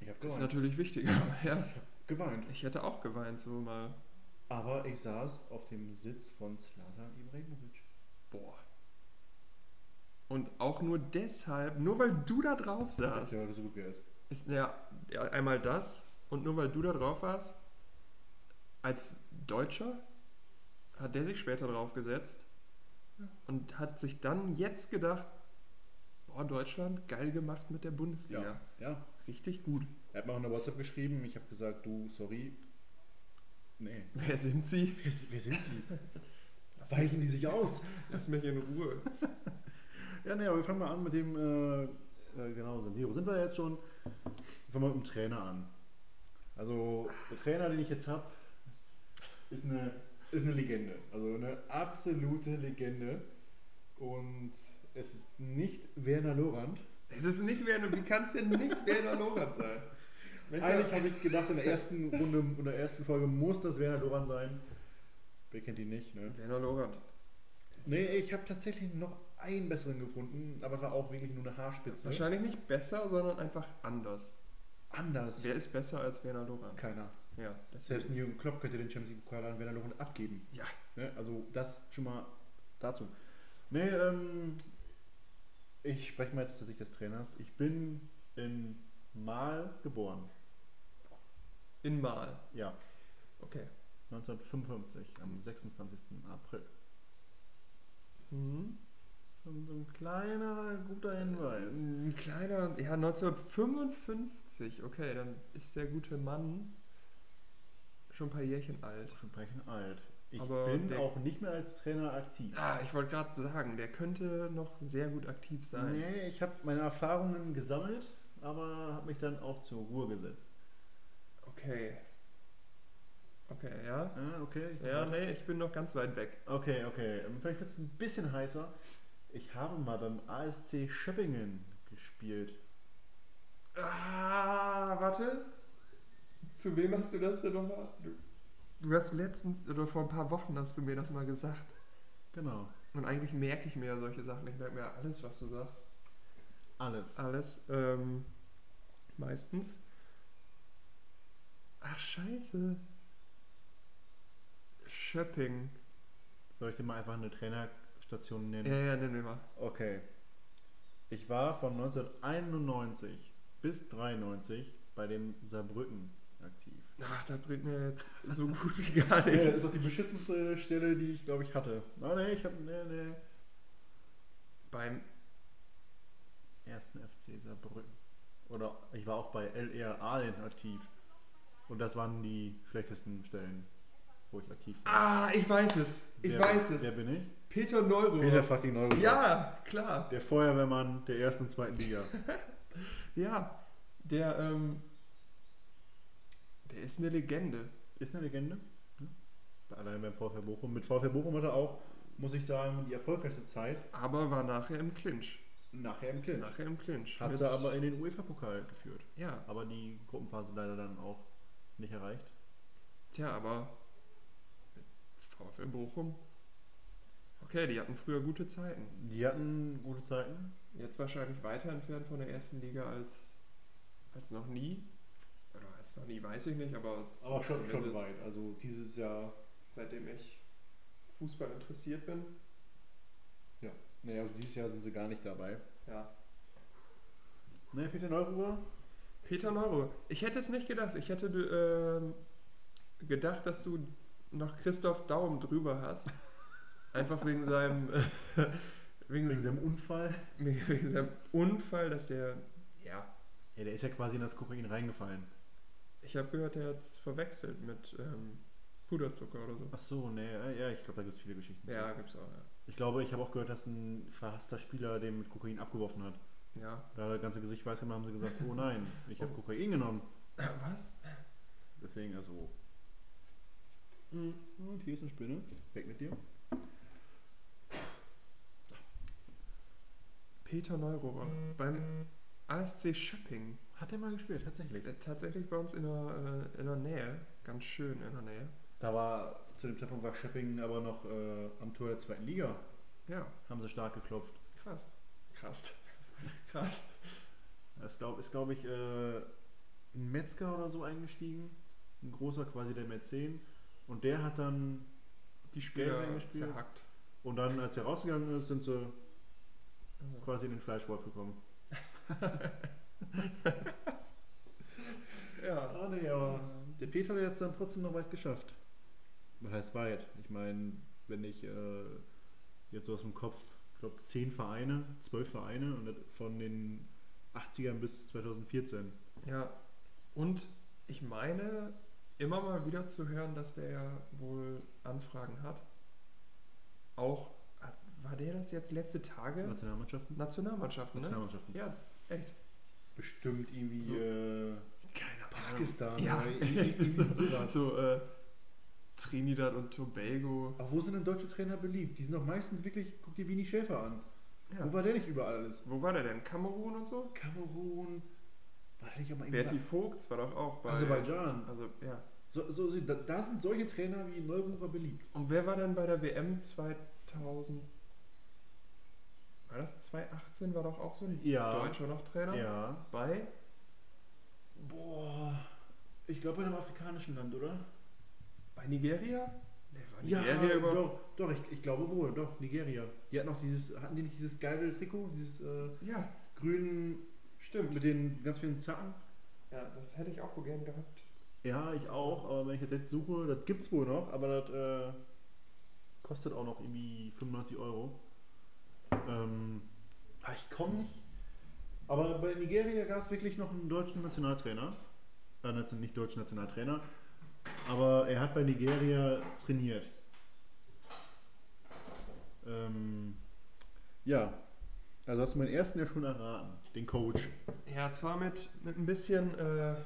B: Ich habe
A: ist
B: geweint.
A: natürlich wichtiger. Ja.
B: geweint.
A: Ich hätte auch geweint, so mal.
B: Aber ich saß auf dem Sitz von Zlatan Ibrahimovic.
A: Boah. Und auch nur deshalb, nur weil du da drauf
B: Das
A: saßt,
B: ist ja heute so gut wie er ist.
A: ist ja ja, einmal das und nur weil du da drauf warst, als Deutscher hat der sich später drauf gesetzt und hat sich dann jetzt gedacht, boah, Deutschland, geil gemacht mit der Bundesliga.
B: Ja,
A: richtig gut.
B: Er hat mir auch eine WhatsApp geschrieben. Ich habe gesagt, du, sorry. Nee.
A: Wer sind Sie?
B: Wer, wer sind die?
A: Lass mich,
B: Weisen die sich aus?
A: lass mich in Ruhe.
B: Ja, nee, aber wir fangen mal an mit dem, äh, äh, genau, Sandiro sind wir jetzt schon. Wir fangen mal mit dem Trainer an. Also, der Trainer, den ich jetzt habe, ist eine, ist eine Legende. Also eine absolute Legende. Und es ist nicht Werner Lorand.
A: Es ist nicht Werner, wie kann es denn nicht Werner Lorand sein?
B: Eigentlich habe ich gedacht, in der ersten Runde, in der ersten Folge muss das Werner Lorand sein. Wer kennt ihn nicht, ne?
A: Werner Lorand.
B: Nee, ich habe tatsächlich noch einen besseren gefunden, aber war auch wirklich nur eine Haarspitze.
A: Wahrscheinlich nicht besser, sondern einfach anders.
B: anders.
A: Wer ist besser als Werner Lorand?
B: Keiner.
A: Ja, das
B: Selbst ein Jürgen Klopp könnte den Champions League-Pokal an Werner Lorand abgeben.
A: Ja,
B: Ne? Also das schon mal dazu. Nee, ähm, ich spreche mal jetzt aus der Sicht des Trainers. Ich bin in Mal geboren.
A: in Mal.
B: Ja,
A: Okay.
B: 1955, am 26. April.
A: Mhm.
B: Schon so ein kleiner, guter Hinweis.
A: Ein kleiner, ja, 1955. Okay, dann ist der gute Mann schon ein paar Jährchen alt.
B: Schon brechen alt. Ich
A: Aber
B: bin
A: der-
B: auch nicht mehr als Trainer aktiv.
A: Ah, ich wollte gerade sagen, der könnte noch sehr gut aktiv sein.
B: Nee, ich habe meine Erfahrungen gesammelt, aber habe mich dann auch zur Ruhe gesetzt.
A: Okay. Okay, ja.
B: Ah, okay. ich-
A: Ja, nee, ich bin noch ganz weit weg.
B: Okay, okay. Ähm, Vielleicht wird es ein bisschen heißer. Ich habe mal beim ASC Schöppingen gespielt.
A: Ah, warte. Zu wem hast du das denn nochmal? Du, du hast letztens, oder vor ein paar Wochen hast du mir das mal gesagt.
B: Genau.
A: Und eigentlich merke ich mir ja solche Sachen. Ich merke mir ja alles, was du sagst.
B: Alles.
A: Alles, ähm, meistens. Ach, scheiße. Schöpping.
B: Soll ich dir mal einfach eine Trainerstation nennen?
A: Ja, ja, nennen wir mal.
B: Okay. Ich war von 1991 bis 93 bei dem Saarbrücken aktiv.
A: Ach, da bringt mir jetzt so gut wie gar nichts.
B: auch die beschissenste Stelle, die ich glaube ich hatte. Ah, nee, ich habe nee, nee.
A: Beim,
B: ersten FC Saarbrücken. Oder ich war auch bei LR Aalen aktiv. Und das waren die schlechtesten Stellen, wo ich aktiv war.
A: ah, ich weiß es. Ich
B: Wer-
A: weiß
B: Wer
A: es.
B: bin ich?
A: Peter Neururer.
B: fucking Neururer.
A: Ja, klar.
B: Der Feuerwehrmann der ersten und zweiten Liga.
A: Ja, der, ähm, der ist eine Legende.
B: Ist eine Legende. ne? Allein beim VfB Bochum. Mit VfB Bochum hat er auch, muss ich sagen, die erfolgreichste Zeit
A: Aber war nachher im Clinch.
B: nachher im Clinch.
A: Nachher im Clinch.
B: Hat
A: Mit-
B: sie aber in den UEFA-Pokal geführt.
A: Ja,
B: Aber die Gruppenphase leider dann auch nicht erreicht.
A: tja, aber mit VfL Bochum. Okay, die hatten früher gute Zeiten.
B: Die hatten gute Zeiten.
A: Jetzt wahrscheinlich weiter entfernt von der ersten Liga als, als noch nie. Oder als noch nie, weiß ich nicht, aber,
B: Aber schon, schon
A: zumindest
B: weit. Also dieses Jahr
A: Seitdem ich Fußball interessiert bin.
B: Naja, also dieses Jahr sind sie gar nicht dabei.
A: Ja.
B: Naja, Peter Neururer?
A: Peter Neuro. Ich hätte es nicht gedacht. Ich hätte ähm, gedacht, dass du noch Christoph Daum drüber hast. Einfach wegen seinem,
B: Wegen
A: wegen,
B: seinem Unfall.
A: wegen seinem Unfall, dass der. Ja,
B: Ja, der ist ja quasi in das Kokain reingefallen.
A: Ich habe gehört, der hat es verwechselt mit ähm, Puderzucker oder so.
B: Ach so, nee, äh, ja, ich glaube, da gibt es viele Geschichten.
A: Ja,
B: zu.
A: gibt's auch, ja.
B: Ich glaube, ich habe auch gehört, dass ein verhasster Spieler den mit Kokain abgeworfen hat.
A: ja.
B: Da das ganze Gesicht weiß gemacht, haben sie gesagt, oh nein, ich habe
A: Oh.
B: Kokain genommen.
A: Äh, Was?
B: Deswegen also. Mhm. Und hier ist eine Spinne. Weg mit dir.
A: Peter Neurohrer beim ASC Schöpping.
B: Hat er mal gespielt, tatsächlich.
A: Äh, Tatsächlich bei uns in der, äh, in der Nähe. Ganz schön in der Nähe.
B: Da war, zu dem Zeitpunkt war Schöppingen aber noch äh, am Tor der zweiten Liga.
A: Ja,
B: Haben sie stark geklopft.
A: krass. Krass. krass.
B: Das glaub, ist, glaube ich, äh, ein Metzger oder so eingestiegen. Ein großer, quasi der Mäzen. Und der hat dann,
A: Die
B: Gelb
A: Spieler
B: eingespielt.
A: zerhackt.
B: und dann, als er rausgegangen ist, sind sie
A: Also,
B: quasi in den Fleischwolf gekommen.
A: ja. Ähm,
B: Ah, nee, Der Peter hat jetzt dann trotzdem noch weit geschafft. Was heißt weit? Ich meine, wenn ich äh, jetzt so aus dem Kopf, ich glaube, zehn Vereine, zwölf Vereine und das von den 80ern bis 2014.
A: Ja, und ich meine, immer mal wieder zu hören, dass der ja wohl Anfragen hat. Auch, hat- war der das jetzt letzte Tage?
B: Nationalmannschaften?
A: Nationalmannschaften, ne?
B: Nationalmannschaften.
A: Ja, echt.
C: Bestimmt irgendwie
A: So.
C: äh,
A: Keine
C: Pakistan
A: Ja.
C: oder irgendwie, irgendwie sowas.
A: So, äh, Trinidad und Tobago.
C: Aber wo sind denn deutsche Trainer beliebt? Die sind doch meistens wirklich, guck dir Vini Schäfer an.
A: Ja.
C: Wo war der nicht überall alles?
A: Wo war der denn? Kamerun und so?
C: Kamerun, war der nicht auch mal
A: Berti
C: irgendwo?
A: Vogts war doch auch bei.
C: Aserbaidschan.
A: Also, ja.
C: So, so, sind- da, da sind solche Trainer wie Neurufer beliebt.
A: Und wer war denn bei der WM 2000? War das 2018? War doch auch so ein
B: Ja.
A: deutscher noch Trainer?
B: Ja.
A: Bei?
C: Boah, ich glaube in einem afrikanischen Land, oder?
A: Bei Nigeria? Nee, war Ah, Nigeria über.
C: doch, doch ich, ich glaube wohl, doch, Nigeria. Die hatten auch dieses, hatten die nicht dieses geile Trikot, dieses äh,
A: Ja,
C: grünen,
A: stimmt.
C: mit den ganz vielen Zacken?
A: Ja, das hätte ich auch wohl gern gehabt.
B: Ja, ich auch, aber wenn ich das jetzt suche, das gibt's wohl noch, aber das äh, kostet auch noch irgendwie 95 Euro. Ähm,
C: Ah, ich komme nicht.
B: aber bei Nigeria gab es wirklich noch einen deutschen Nationaltrainer. Äh, nat- nicht deutschen Nationaltrainer, aber er hat bei Nigeria trainiert. Ähm, ja, also hast du meinen ersten ja schon erraten, den Coach.
A: Ja, zwar mit, mit ein bisschen. Äh,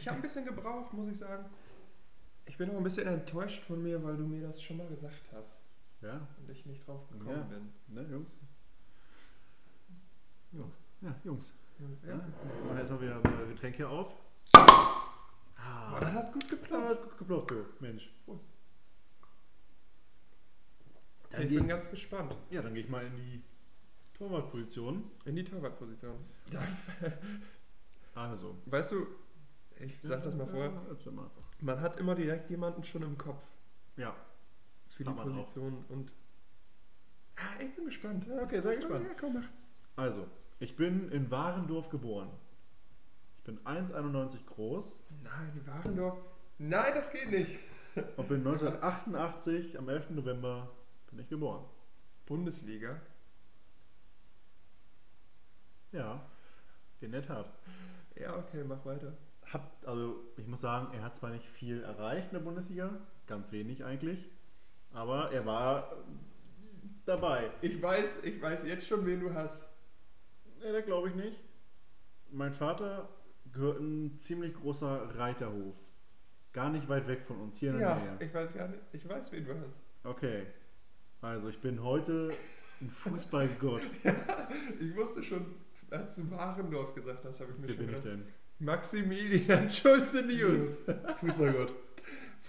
A: ich habe ein bisschen gebraucht, muss ich sagen. Ich bin auch ein bisschen enttäuscht von mir, weil du mir das schon mal gesagt hast
B: Ja,
A: und ich nicht drauf gekommen
B: Ja.
A: bin.
B: ne, Jungs? Jungs. Ja, Jungs. Ja,
A: Ja.
B: wir machen jetzt mal wieder mal Getränk hier auf.
A: Aber das
B: Ah,
A: hat gut
B: ah,
A: geklappt.
B: gut geblockt, du Mensch. Dann
A: Ich
B: geh-
A: bin ganz gespannt.
B: Ja, dann gehe ich mal in die Torwartposition.
A: In die Torwartposition.
B: Also.
A: Weißt du, ich sag das mal vorher,
B: Ja, erzähl mal.
A: man hat immer direkt jemanden schon im Kopf
B: Ja,
A: für die
B: Hat man auch.
A: Position und. Ah, ich bin gespannt. Ja,
B: okay, sehr gespannt.
A: Ja, komm, mach.
B: also, ich bin in Warendorf geboren. Ich bin 1,91 groß
A: Nein, die waren doch. Nein, das geht nicht.
B: und bin 1988 am 11. November bin ich geboren.
A: Bundesliga.
B: Ja, in der Tat.
A: Ja, okay, mach weiter.
B: Hab, also ich muss sagen, er hat zwar nicht viel erreicht in der Bundesliga, ganz wenig eigentlich, aber er war äh, dabei.
A: Ich weiß, ich weiß jetzt schon, wen du hast.
B: Ne, da glaube ich nicht. Mein Vater gehört ein ziemlich großer Reiterhof. Gar nicht weit weg von uns, hier in der
A: Ja,
B: Nähe.
A: ich weiß gar nicht. Ich weiß, wen du hast.
B: Okay. Also ich bin heute ein Fußballgott.
A: Ich wusste schon, als du Warendorf gesagt hast, habe ich mir
B: Wer
A: schon
B: bin ich
A: gedacht.
B: denn?
A: Maximilian Schulze News.
B: Fußballgott. Sein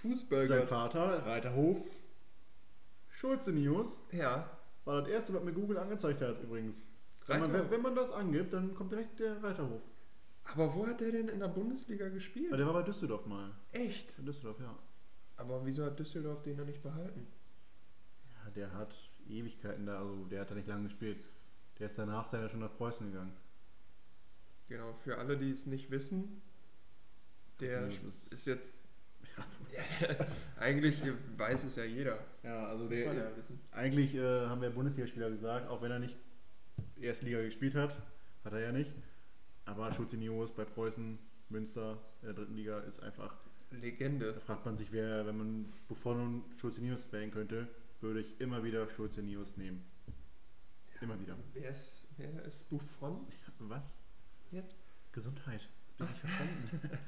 A: Fußballgott.
B: Vater, Reiterhof. Schulze News.
A: Ja,
B: War das erste, was mir Google angezeigt hat übrigens. Wenn man,
A: Reiterhof.
B: wenn man das angibt, dann kommt direkt der Reiterhof.
A: aber wo hat der denn in der Bundesliga
B: Aber
A: gespielt?
B: der war bei Düsseldorf mal.
A: Echt?
B: In Düsseldorf, ja.
A: Aber wieso hat Düsseldorf den noch nicht behalten?
B: ja. Der hat Ewigkeiten da, also der hat da nicht lange gespielt. Der ist danach dann ja schon nach Preußen gegangen.
A: Genau, für alle, die es nicht wissen, der
B: Ja, das
A: ist jetzt. Eigentlich weiß es ja jeder.
B: Ja, also
A: Muss man
B: der,
A: ja wissen.
B: eigentlich äh, haben wir Bundesligaspieler gesagt, auch wenn er nicht Erstliga gespielt hat, hat er ja nicht. Aber Schutzinios bei Preußen, Münster in der dritten Liga ist einfach. Da
A: Legende.
B: fragt man sich, wer, wenn man bevor man Schutzinios wählen könnte, würde ich immer wieder Schutzinios nehmen. Immer wieder.
A: Wer ist, wer ist Buffon?
B: Was?
A: Ja.
B: Gesundheit. Bin ich verstanden.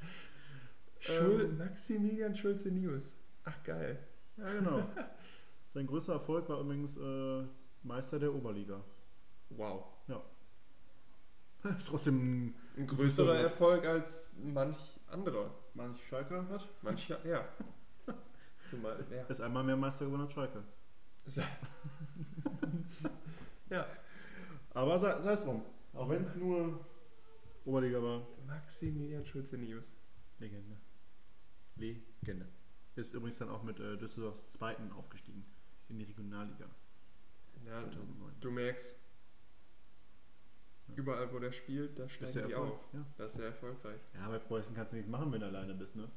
A: Schul
B: Ähm.
A: Maximilian Schulze News. Ach geil.
B: ja, genau. Sein größter Erfolg war übrigens äh, Meister der Oberliga.
A: Wow.
B: Ist trotzdem ein
A: Ein
B: größerer
A: größerer Erfolg als manch anderer.
C: Manch Schalker hat.
A: Manch, ja. Zumal, ja.
B: Ist einmal mehr Meister geworden als Schalke.
A: ja.
B: Aber sei, sei es drum. Auch wenn es nur Oberliga war.
A: Maximilian Schulze News.
B: Legende. Legende. Ist übrigens dann auch mit äh, Düsseldorfs Zweiten aufgestiegen. In die Regionalliga.
A: Ja, du,
B: 2009.
A: du merkst,
B: Ja.
A: überall wo der spielt, da steigen
B: Ist
A: die
B: der Erfolg.
A: auf.
B: Ja.
A: Das ist sehr erfolgreich.
B: ja, bei Preußen kannst du nichts machen, wenn du alleine bist, ne?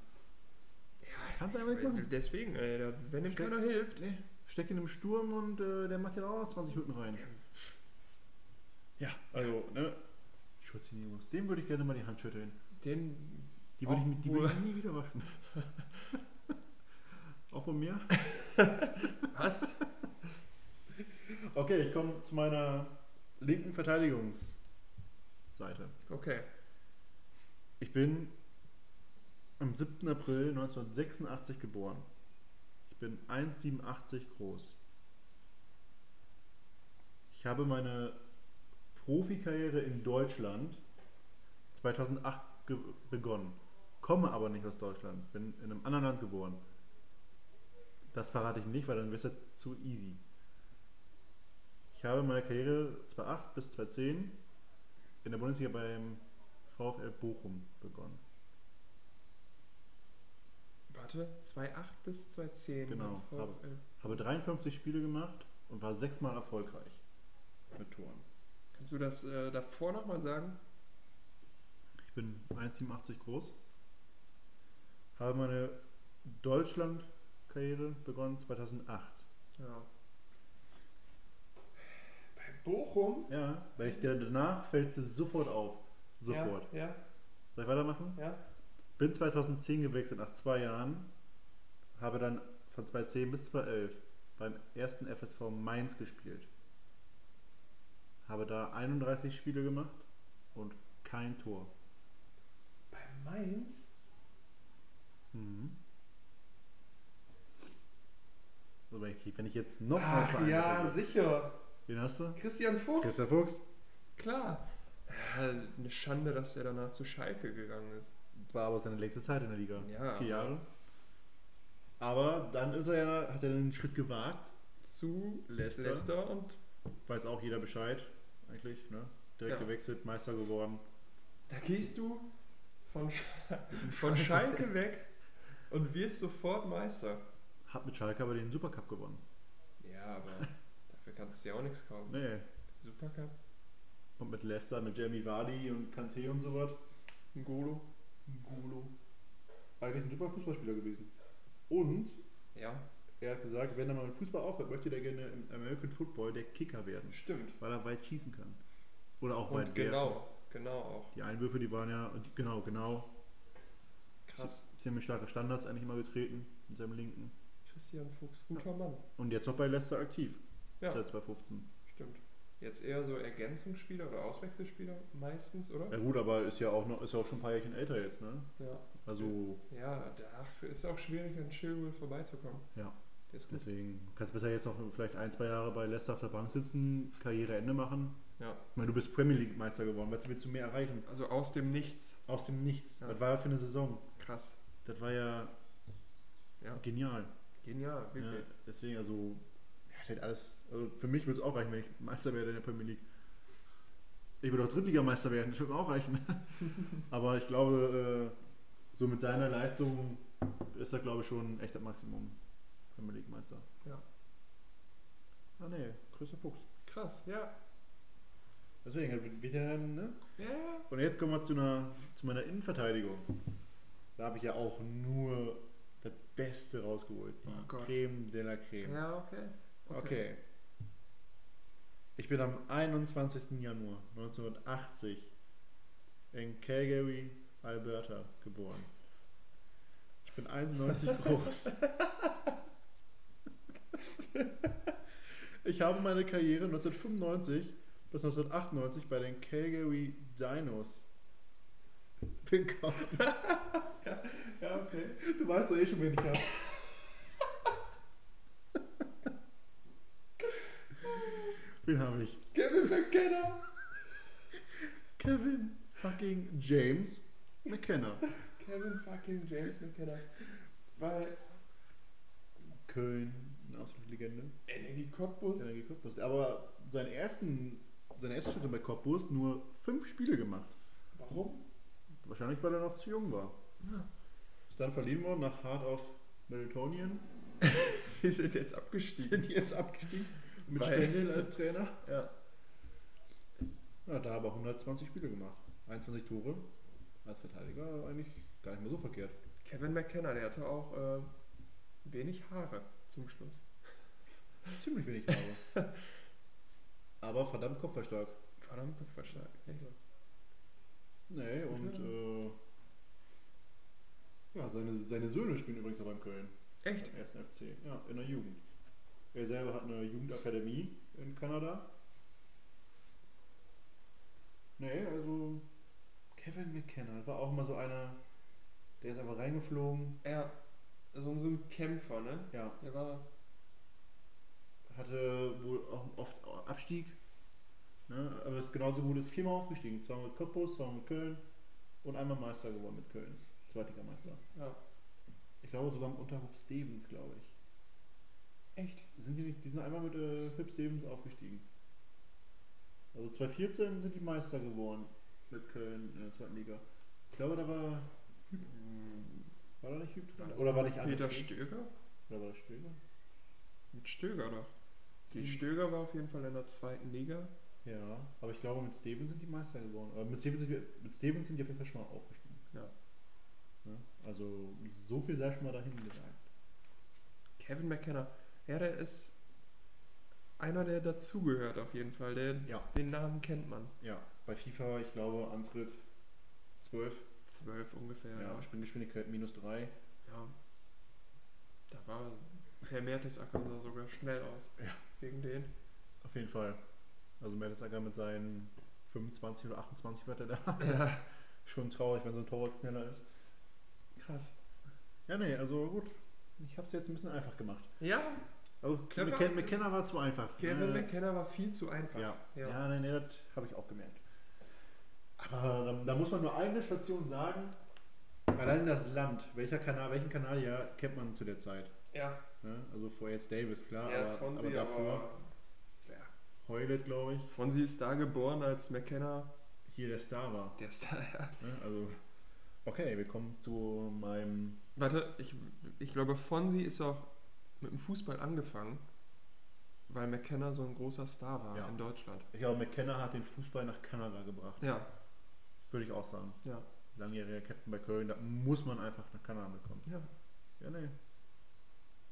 A: Ja,
B: Kannst du äh, einfach nicht machen.
A: Deswegen, ey, da- wenn ihm
B: Steck-
A: keiner hilft.
B: Nee. Steck ihn im Sturm und äh, der macht ja auch noch 20 Hütten rein. Ja, also, ne? Schürzenjungs. Dem würde ich gerne mal die Hand schütteln.
A: Den,
B: Die würde ich, mit- die
A: Obwohl-
B: würde ich nie wieder waschen. Auch von mir?
A: was?
B: Okay, ich komme zu meiner linken Verteidigungsseite.
A: Okay.
B: Ich bin am 7. April 1986 geboren. Ich bin 1,87 groß. Ich habe meine Profikarriere in Deutschland 2008 ge- begonnen. Komme aber nicht aus Deutschland. Bin in einem anderen Land geboren. Das verrate ich nicht, weil dann wäre es zu easy. Ich habe meine Karriere 2008 bis 2010 in der Bundesliga beim VfL Bochum begonnen.
A: Warte, 2,8 bis 2,10.
B: Genau,
A: Voll-
B: hab-
A: äh,
B: Habe 53 Spiele gemacht und war sechsmal erfolgreich mit Toren.
A: Kannst du das äh, davor nochmal sagen?
B: Ich bin 1,87 groß. Habe meine Deutschland-Karriere begonnen 2008.
A: Ja. Bei Bochum?
B: Ja, weil ich der danach fällt sie sofort auf. Sofort.
A: Ja, ja,
B: Soll ich weitermachen?
A: ja.
B: Bin 2010 gewechselt nach zwei Jahren. Habe dann von 2010 bis 2011 beim ersten FSV Mainz gespielt. Habe da 31 Spiele gemacht und kein Tor.
A: Bei Mainz?
B: Mhm. So, wenn ich, wenn ich jetzt noch einen
A: Ach
B: Verein
A: ja,
B: hätte.
A: sicher.
B: Wen hast du?
A: Christian Fuchs.
B: Christian Fuchs.
A: Klar. Ja, eine Schande, dass er danach zu Schalke gegangen ist.
B: War aber seine längste Zeit in der Liga.
A: Ja.
B: Vier Jahre. Aber dann ist er ja, hat er den Schritt gewagt.
A: Zu
B: Leicester.
A: Leicester und
B: Weiß auch jeder Bescheid, eigentlich, ne? Direkt
A: Ja.
B: gewechselt, Meister geworden.
A: da gehst du von, Sch von Schalke weg und wirst sofort Meister.
B: Hat mit Schalke aber den Supercup gewonnen.
A: Ja, aber dafür kannst du ja auch nichts kaufen.
B: Nee.
A: Supercup,
B: Und mit Leicester, mit Jamie Vardy und Kanté und sowas.
A: ein Golo. Ein Golo.
B: Eigentlich ein super Fußballspieler gewesen. Und
A: Ja,
B: er hat gesagt, wenn er mal mit Fußball aufhört, möchte er gerne im American Football der Kicker werden.
A: stimmt.
B: weil er weit schießen kann. Oder auch
A: Und
B: weit werfen.
A: genau, genau auch.
B: Die Einwürfe, die waren ja, und die- genau, genau,
A: Krass.
B: ziemlich starke Standards eigentlich immer getreten mit seinem Linken.
A: Christian Fuchs, guter Mann.
B: Und jetzt noch bei Leicester aktiv,
A: Ja,
B: seit 2015.
A: stimmt. Jetzt eher so Ergänzungsspieler oder Auswechselspieler meistens, oder?
B: Ja gut, aber ist ja auch noch, ist ja auch schon ein paar Jährchen älter jetzt, ne?
A: Ja.
B: Also
A: Ja, dafür ist auch schwierig, an Chilwell vorbeizukommen.
B: Ja.
A: Der ist gut.
B: deswegen kannst du besser jetzt noch vielleicht ein, zwei Jahre bei Leicester auf der Bank sitzen, Karriereende machen.
A: Ja.
B: Ich meine, du bist Premier League Meister geworden, was willst du mehr erreichen?
A: Also aus dem Nichts.
B: Aus dem Nichts.
A: Ja.
B: Was war das für eine Saison?
A: Krass.
B: Das war ja,
A: Ja.
B: genial.
A: Genial,
B: Ja,
A: wirklich.
B: deswegen, also, ja, das hat alles, also für mich würde es auch reichen, wenn ich Meister werde in der Premier League. Ich würde auch Drittligameister werden, das würde mir auch reichen. Aber ich glaube, äh, so mit seiner Leistung ist er, glaube ich, schon echt das Maximum. Premier League Meister.
A: Ja.
B: Ah, nee, größter Fuchs.
A: Krass, ja.
B: Deswegen, wieder dann, ne?
A: Ja, ja.
B: Und jetzt kommen wir zu, einer, zu meiner Innenverteidigung. Da habe ich ja auch nur das Beste rausgeholt. Die
A: Oh Gott.
B: Creme de la Creme.
A: Ja, okay.
B: Okay. Ich bin am 21. Januar 1980 in Calgary, Alberta geboren. Ich bin 1,90 groß. Ich habe meine Karriere 1995 bis 1998 bei den Calgary Dinos begonnen.
A: Ja, okay.
B: Du weißt doch eh schon, wen ich habe. Wen habe ich?
A: Kevin McKenna.
B: Kevin fucking James McKenna.
A: Kevin fucking James McKenna. Weil
B: Köln, eine absolute Legende.
A: Energie Cottbus.
B: Energie Cottbus. Aber seinen ersten, seine ersten Schritte bei Cottbus nur fünf Spiele gemacht.
A: Warum?
B: Wahrscheinlich, weil er noch zu jung war.
A: Ja.
B: Ist dann verliehen worden nach Heart of Melatonin.
A: Wir sind jetzt abgestiegen.
B: Sind jetzt abgestiegen. Mit
A: Weil-
B: Stendel als Trainer.
A: Ja.
B: Ja, da aber 120 Spiele gemacht. 21 Tore. Als Verteidiger eigentlich gar nicht mehr so verkehrt.
A: Kevin McKenna, der hatte auch äh, wenig Haare zum Schluss.
B: Ziemlich wenig Haare. aber verdammt kopfballstark.
A: Verdammt, verstanden.
B: Nee, und äh, ja, seine, seine Söhne spielen übrigens auch beim Köln.
A: Echt?
B: Beim ersten FC. Ja, in der Jugend. Er selber hat eine Jugendakademie in Kanada. Nee, also Kevin McKenna war auch mal so einer, der ist einfach reingeflogen.
A: Ja. So, so ein Kämpfer, ne?
B: Ja,
A: Der war.
B: hatte wohl auch oft Abstieg. Ne? Aber ist genauso gut, ist viermal aufgestiegen. Zweimal mit Cottbus, zweimal mit Köln und einmal Meister geworden mit Köln. Zweitligameister.
A: Ja.
B: Ich glaube sogar unter Hub Stevens, glaube ich.
A: Echt?
B: Sind die nicht, die sind einmal mit äh, Hub Stevens aufgestiegen. Also 2014 sind die Meister geworden mit Köln in der zweiten Liga. Ich glaube, da war Hüb. hm, War da nicht Hüb
A: War
B: dran?
A: das
B: Oder war nicht
A: Peter
B: Andersen?
A: Stöger?
B: Oder war das Stöger?
A: Mit Stöger doch. Die
B: Mhm.
A: Stöger war auf jeden Fall in der zweiten Liga.
B: Ja, aber ich glaube, mit Steven sind die Meister geworden. Aber mit Steven sind, wir- mit Steven sind die auf jeden Fall schon mal aufgestiegen.
A: Ja.
B: Ne? Also, so viel sei schon mal dahin gesagt.
A: Kevin McKenna. Ja, der ist einer, der dazugehört auf jeden Fall. Der,
B: Ja.
A: Den Namen kennt man.
B: Ja, bei FIFA, ich glaube, Antritt 12.
A: Zwölf ungefähr.
B: Ja,
A: Ja.
B: Springgeschwindigkeit minus 3.
A: ja. Da war Herr Mertesacker sah sogar schnell aus.
B: Ja.
A: Wegen den.
B: Auf jeden Fall. Also, Mertesacker mit seinen 25 oder 28 Wörter da.
A: Ja.
B: Schon traurig, wenn so ein Torwart schneller ist.
A: Krass.
B: Ja, nee, also gut. Ich hab's jetzt ein bisschen einfach gemacht.
A: Ja,
B: Also,
A: Ja,
B: McKen-
A: klar.
B: McKenna war zu einfach.
A: Kevin
B: Äh,
A: McKenna war viel zu einfach.
B: Ja,
A: Ja.
B: ja. nein, nee, das habe ich auch gemerkt. Aber da, da muss man nur eine Station sagen. Allein das Land. Welcher Kanal, welchen Kanadier kennt man zu der Zeit?
A: Ja,
B: Ne? Also vor jetzt Davis, klar,
A: ja,
B: aber,
A: Fonsi,
B: aber davor
A: ja.
B: Heulet, glaube ich,
A: Fonsi ist da geboren, als McKenna
B: hier der Star war.
A: der Star. Ja.
B: Ne? Also, okay, wir kommen zu meinem.
A: Warte, ich, ich glaube, Fonsi ist auch mit dem Fußball angefangen, weil McKenna so ein großer Star war
B: Ja.
A: in Deutschland.
B: Ich glaube, McKenna hat den Fußball nach Kanada gebracht.
A: Ja,
B: Würde ich auch sagen.
A: ja,
B: Langjähriger Captain bei Köln, da muss man einfach nach Kanada bekommen.
A: ja.
B: Ja, nee.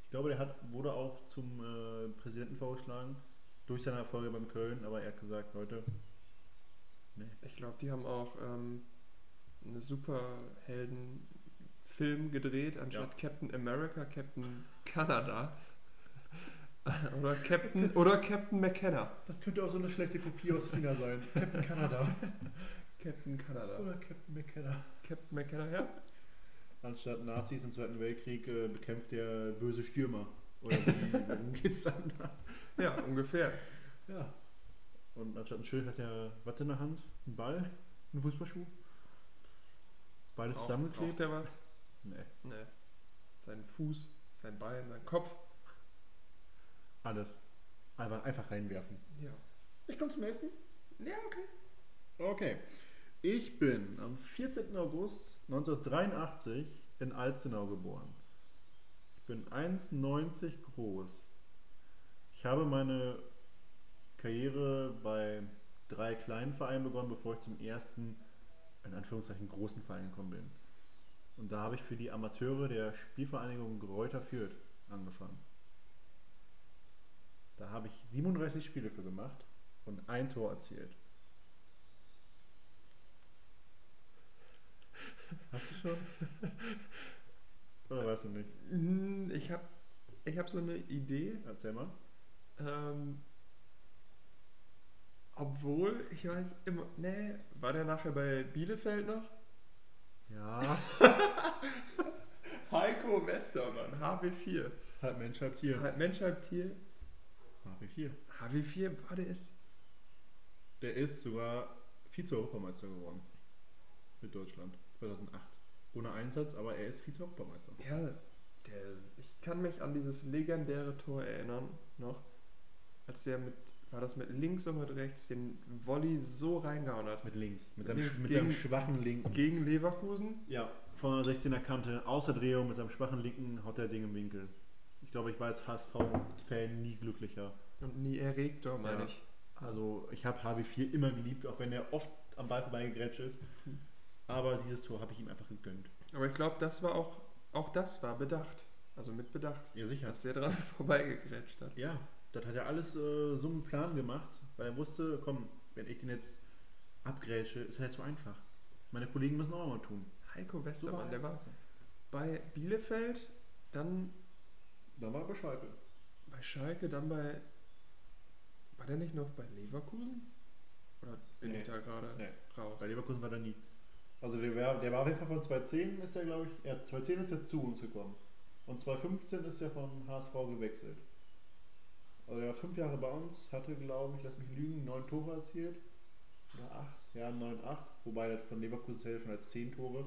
B: Ich glaube, der hat, wurde auch zum äh, Präsidenten vorgeschlagen, durch seine Erfolge beim Köln, aber er hat gesagt, Leute,
A: Ich glaube, die haben auch ähm, einen Superhelden-Film gedreht, anstatt Captain America, Captain Kanada. oder Captain oder Captain McKenna.
C: Das könnte auch so eine schlechte Kopie aus China sein. Captain Kanada.
A: Captain Kanada.
C: Oder Captain McKenna.
A: Captain McKenna, ja?
B: anstatt Nazis im Zweiten Weltkrieg äh, bekämpft der böse Stürmer. Oder wie, worum geht's dann da?
A: Ja, ungefähr.
B: Ja. Und anstatt ein Schild hat er was in der Hand? Ein Ball? Ein Fußballschuh? Beides
A: Braucht-
B: zusammengeklebt?
A: Braucht er was?
B: Nee,
A: Nee. Ne, Sein Fuß, sein Bein, sein Kopf.
B: alles. Einfach, einfach reinwerfen.
A: Ja.
B: Ich komme zum nächsten.
A: Ja, okay.
B: Okay. Ich bin am 14. August 1983 in Alzenau geboren. Ich bin 1,90 groß. Ich habe meine Karriere bei drei kleinen Vereinen begonnen, bevor ich zum ersten, in Anführungszeichen, großen Verein gekommen bin. Und da habe ich für die Amateure der Spielvereinigung Greuther Fürth angefangen. Da habe ich 37 Spiele für gemacht und ein Tor erzielt. Hast du schon? Oder weißt du nicht?
A: Hm, Ich habe ich hab so eine Idee,
B: Erzähl mal.
A: ähm, obwohl, ich weiß immer, nee, war der nachher bei Bielefeld noch?
B: Ja.
A: Heiko Westermann, HW4.
B: Halb Mensch, halb Tier.
A: Halb Halt, Mensch, halb Tier.
B: Halb Tier.
A: HW4, boah, der ist,
B: Der ist sogar Vize-Europameister geworden. Mit Deutschland. 2008. Ohne Einsatz, aber er ist Vize-Europameister.
A: ja, der, ich kann mich an dieses legendäre Tor erinnern, noch, als der mit, war das mit links und mit rechts, den Volley so reingehauen hat.
B: Mit links. Mit
A: seinem-
B: seinem,
A: mit seinem
B: schwachen linken.
A: Gegen Leverkusen?
B: Ja, von der 16er Kante, außer Drehung, mit seinem schwachen linken haut der Ding im Winkel. Ich glaube, ich war als HSV-Fan nie glücklicher.
A: Und nie erregter, meine
B: Ja.
A: ich.
B: Also ich habe HB4 immer geliebt, auch wenn er oft am Ball vorbeigegrätscht ist.
A: Mhm.
B: Aber dieses Tor habe ich ihm einfach gegönnt.
A: Aber ich glaube, das war auch, auch das war bedacht. Also mit Bedacht,
B: Ja, sicher.
A: dass der dran vorbeigegrätscht hat.
B: Ja, das hat er alles äh, so einen Plan gemacht, weil er wusste, komm, wenn ich den jetzt abgrätsche, ist er halt zu einfach. Meine Kollegen müssen auch mal tun.
A: Heiko
B: So
A: Westermann,
B: war
A: der
B: er.
A: war bei Bielefeld, dann
B: Da war Bescheid.
A: bei Schalke, dann bei. War der nicht noch bei Leverkusen? Oder bin
B: Nee.
A: ich da gerade
B: Nee.
A: raus?
B: Bei Leverkusen war der nie. Also der, wär, der war auf jeden Fall von 2010 ist er, glaube ich, ja, 2010 ist er zu uns gekommen. Und 2015 ist er von HSV gewechselt. Also er war fünf Jahre bei uns, hatte, glaube ich, lass mich lügen, neun Tore erzielt. Oder acht? Ja, neun, acht. Wobei das von Leverkusen zählt schon als zehn Tore.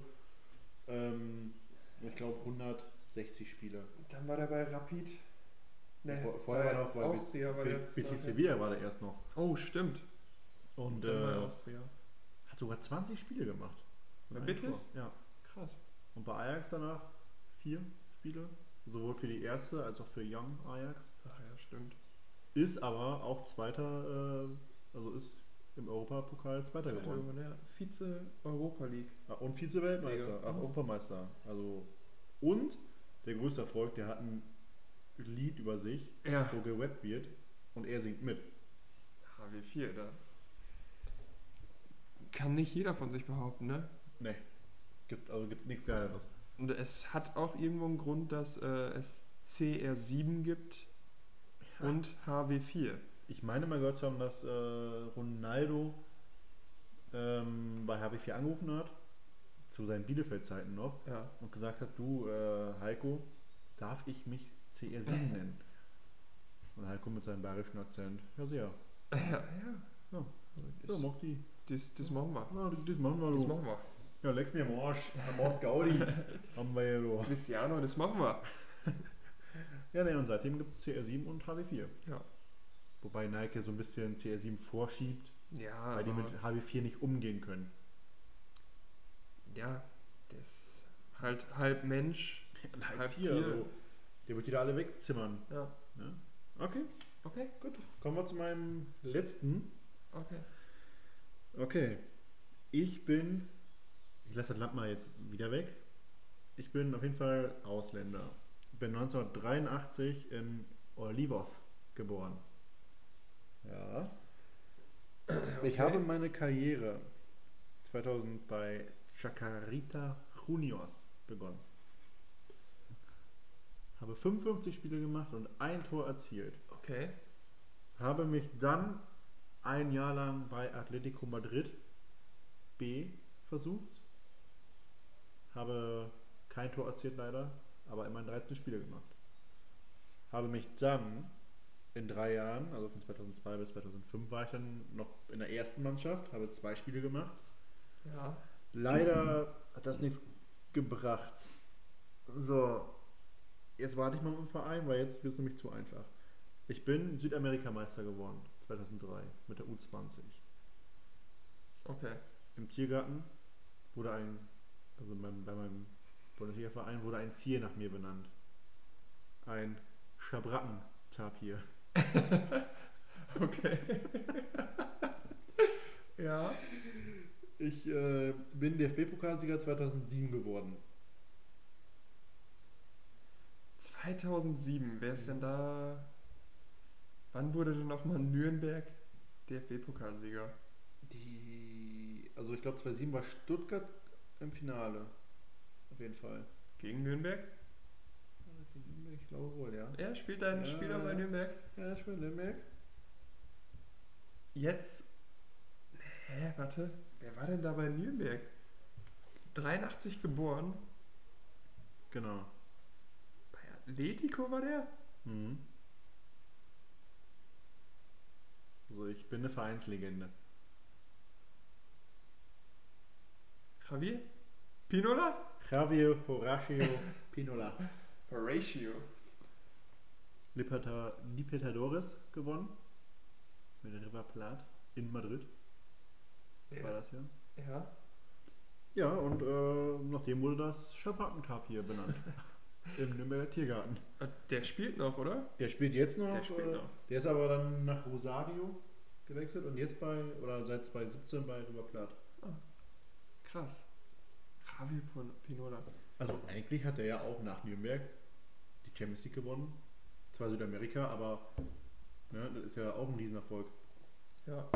B: Ähm, und ich glaube 160 Spiele.
A: Dann war der bei Rapid. Nee,
B: Vor- vorher war er auch bei
A: Austria. War der,
B: Betis Sevilla war der erst noch.
A: Oh, stimmt.
B: Und
A: dann war er
B: äh,
A: Austria.
B: hat sogar 20 Spiele gemacht.
A: Bei
B: Ein
A: Betis?
B: Tor. Ja.
A: Krass.
B: Und bei Ajax danach vier Spiele, sowohl für die erste als auch für Young Ajax.
A: Ach ja, stimmt.
B: Ist aber auch Zweiter, äh, also ist im Europapokal Zweiter
A: Zweiter
B: geworden.
A: Runde, ja. Vize Europa League.
B: Ah, Und Vize-Weltmeister,
A: Sieger.
B: ach,
A: Mhm.
B: Europameister. Also, und der größte Erfolg, der hat ein Lied über sich,
A: Ja.
B: wo gewappt wird und er singt mit.
A: HW4, da. Kann nicht jeder von sich behaupten, ne?
B: Ne, gibt, also gibt nichts Geileres.
A: Und es hat auch irgendwo einen Grund, dass äh, es CR7 gibt und HW4.
B: Ich meine mal gehört zu haben, dass äh, Ronaldo ähm, bei HB4 angerufen hat, zu seinen Bielefeld-Zeiten noch,
A: Ja.
B: und gesagt hat, du äh, Heiko, darf ich mich CR7 nennen? Und Heiko mit seinem bayerischen Akzent, ja sehr,
A: Ja, ja.
B: Ja. ja,
A: Das,
B: mach die.
A: das, das machen wir.
B: Ja, das, das machen wir,
A: Das
B: du.
A: machen wir.
B: Ja, leck's mir am Arsch, am Arsch Gaudi, haben wir ja, du.
A: Cristiano, das machen wir.
B: Ja, ne, und seitdem gibt es CR7 und HB4.
A: Ja.
B: Wobei Nike so ein bisschen CR7 vorschiebt,
A: Ja,
B: weil die
A: aber-
B: mit HB4 nicht umgehen können.
A: ja, das halt halb Mensch.
B: Ein
A: Halb
B: halb Tier.
A: Tier.
B: Also, der wird die da alle wegzimmern.
A: Ja.
B: Ne? Okay,
A: Okay,
B: gut. Kommen wir zu meinem letzten.
A: okay.
B: Okay. Ich bin. Ich lasse das Land mal jetzt wieder weg. Ich bin auf jeden Fall Ausländer. Bin 1983 in Olivoth geboren. Ja. Ich
A: Okay.
B: habe meine Karriere 2000 bei Chacarita Juniors begonnen. Habe 55 Spiele gemacht und ein Tor erzielt.
A: Okay.
B: Habe mich dann ein Jahr lang bei Atletico Madrid B versucht. Habe kein Tor erzielt leider, aber immerhin 13 Spiele gemacht. Habe mich dann in drei Jahren, also von 2002 bis 2005 war ich dann noch in der ersten Mannschaft, habe zwei Spiele gemacht.
A: Ja.
B: Leider hat das nichts gebracht. So, jetzt warte ich mal im Verein, weil jetzt wird es nämlich zu einfach. Ich bin Südamerikameister geworden, 2003, mit der U20.
A: Okay.
B: Im Tiergarten wurde ein, also mein, bei meinem Bundesliga-Verein wurde ein Tier nach mir benannt. Ein Schabracken-Tapir.
A: Okay. ja.
B: Ich äh, bin DFB-Pokalsieger 2007 geworden.
A: 2007, wer ist denn da? Wann wurde denn nochmal Nürnberg DFB-Pokalsieger?
B: Die, also ich glaube 2007 war Stuttgart im Finale. Auf jeden Fall.
A: Gegen Nürnberg?
B: Also Ich glaube wohl, ja.
A: Ja, spielt ein
B: Ja.
A: Spieler bei Nürnberg.
B: Ja, ich bin Limburg.
A: Jetzt. Hä, warte. Wer war denn da bei Nürnberg? 83 geboren.
B: Genau.
A: Bei Atletico war der?
B: Mhm. Also ich bin eine Vereinslegende.
A: Javier? Pinola?
B: Javier Horacio Pinola.
A: Horatio.
B: Liberta- Libertadores gewonnen. Mit der River Plate in Madrid war
A: Ja.
B: das ja.
A: ja.
B: Ja, und äh, nachdem wurde das Schabrackentab hier benannt. Im Nürnberger Tiergarten.
A: Äh, Der spielt noch, oder?
B: Der spielt jetzt noch.
A: Der spielt
B: äh,
A: noch.
B: Der ist aber dann nach Rosario gewechselt und jetzt bei, oder seit 2017 bei River Plate.
A: Krass. Javier Pon- Pinola.
B: Also eigentlich hat er ja auch nach Nürnberg die Champions League gewonnen. Zwar Südamerika, aber ne, das ist ja auch ein Riesenerfolg.
A: Ja.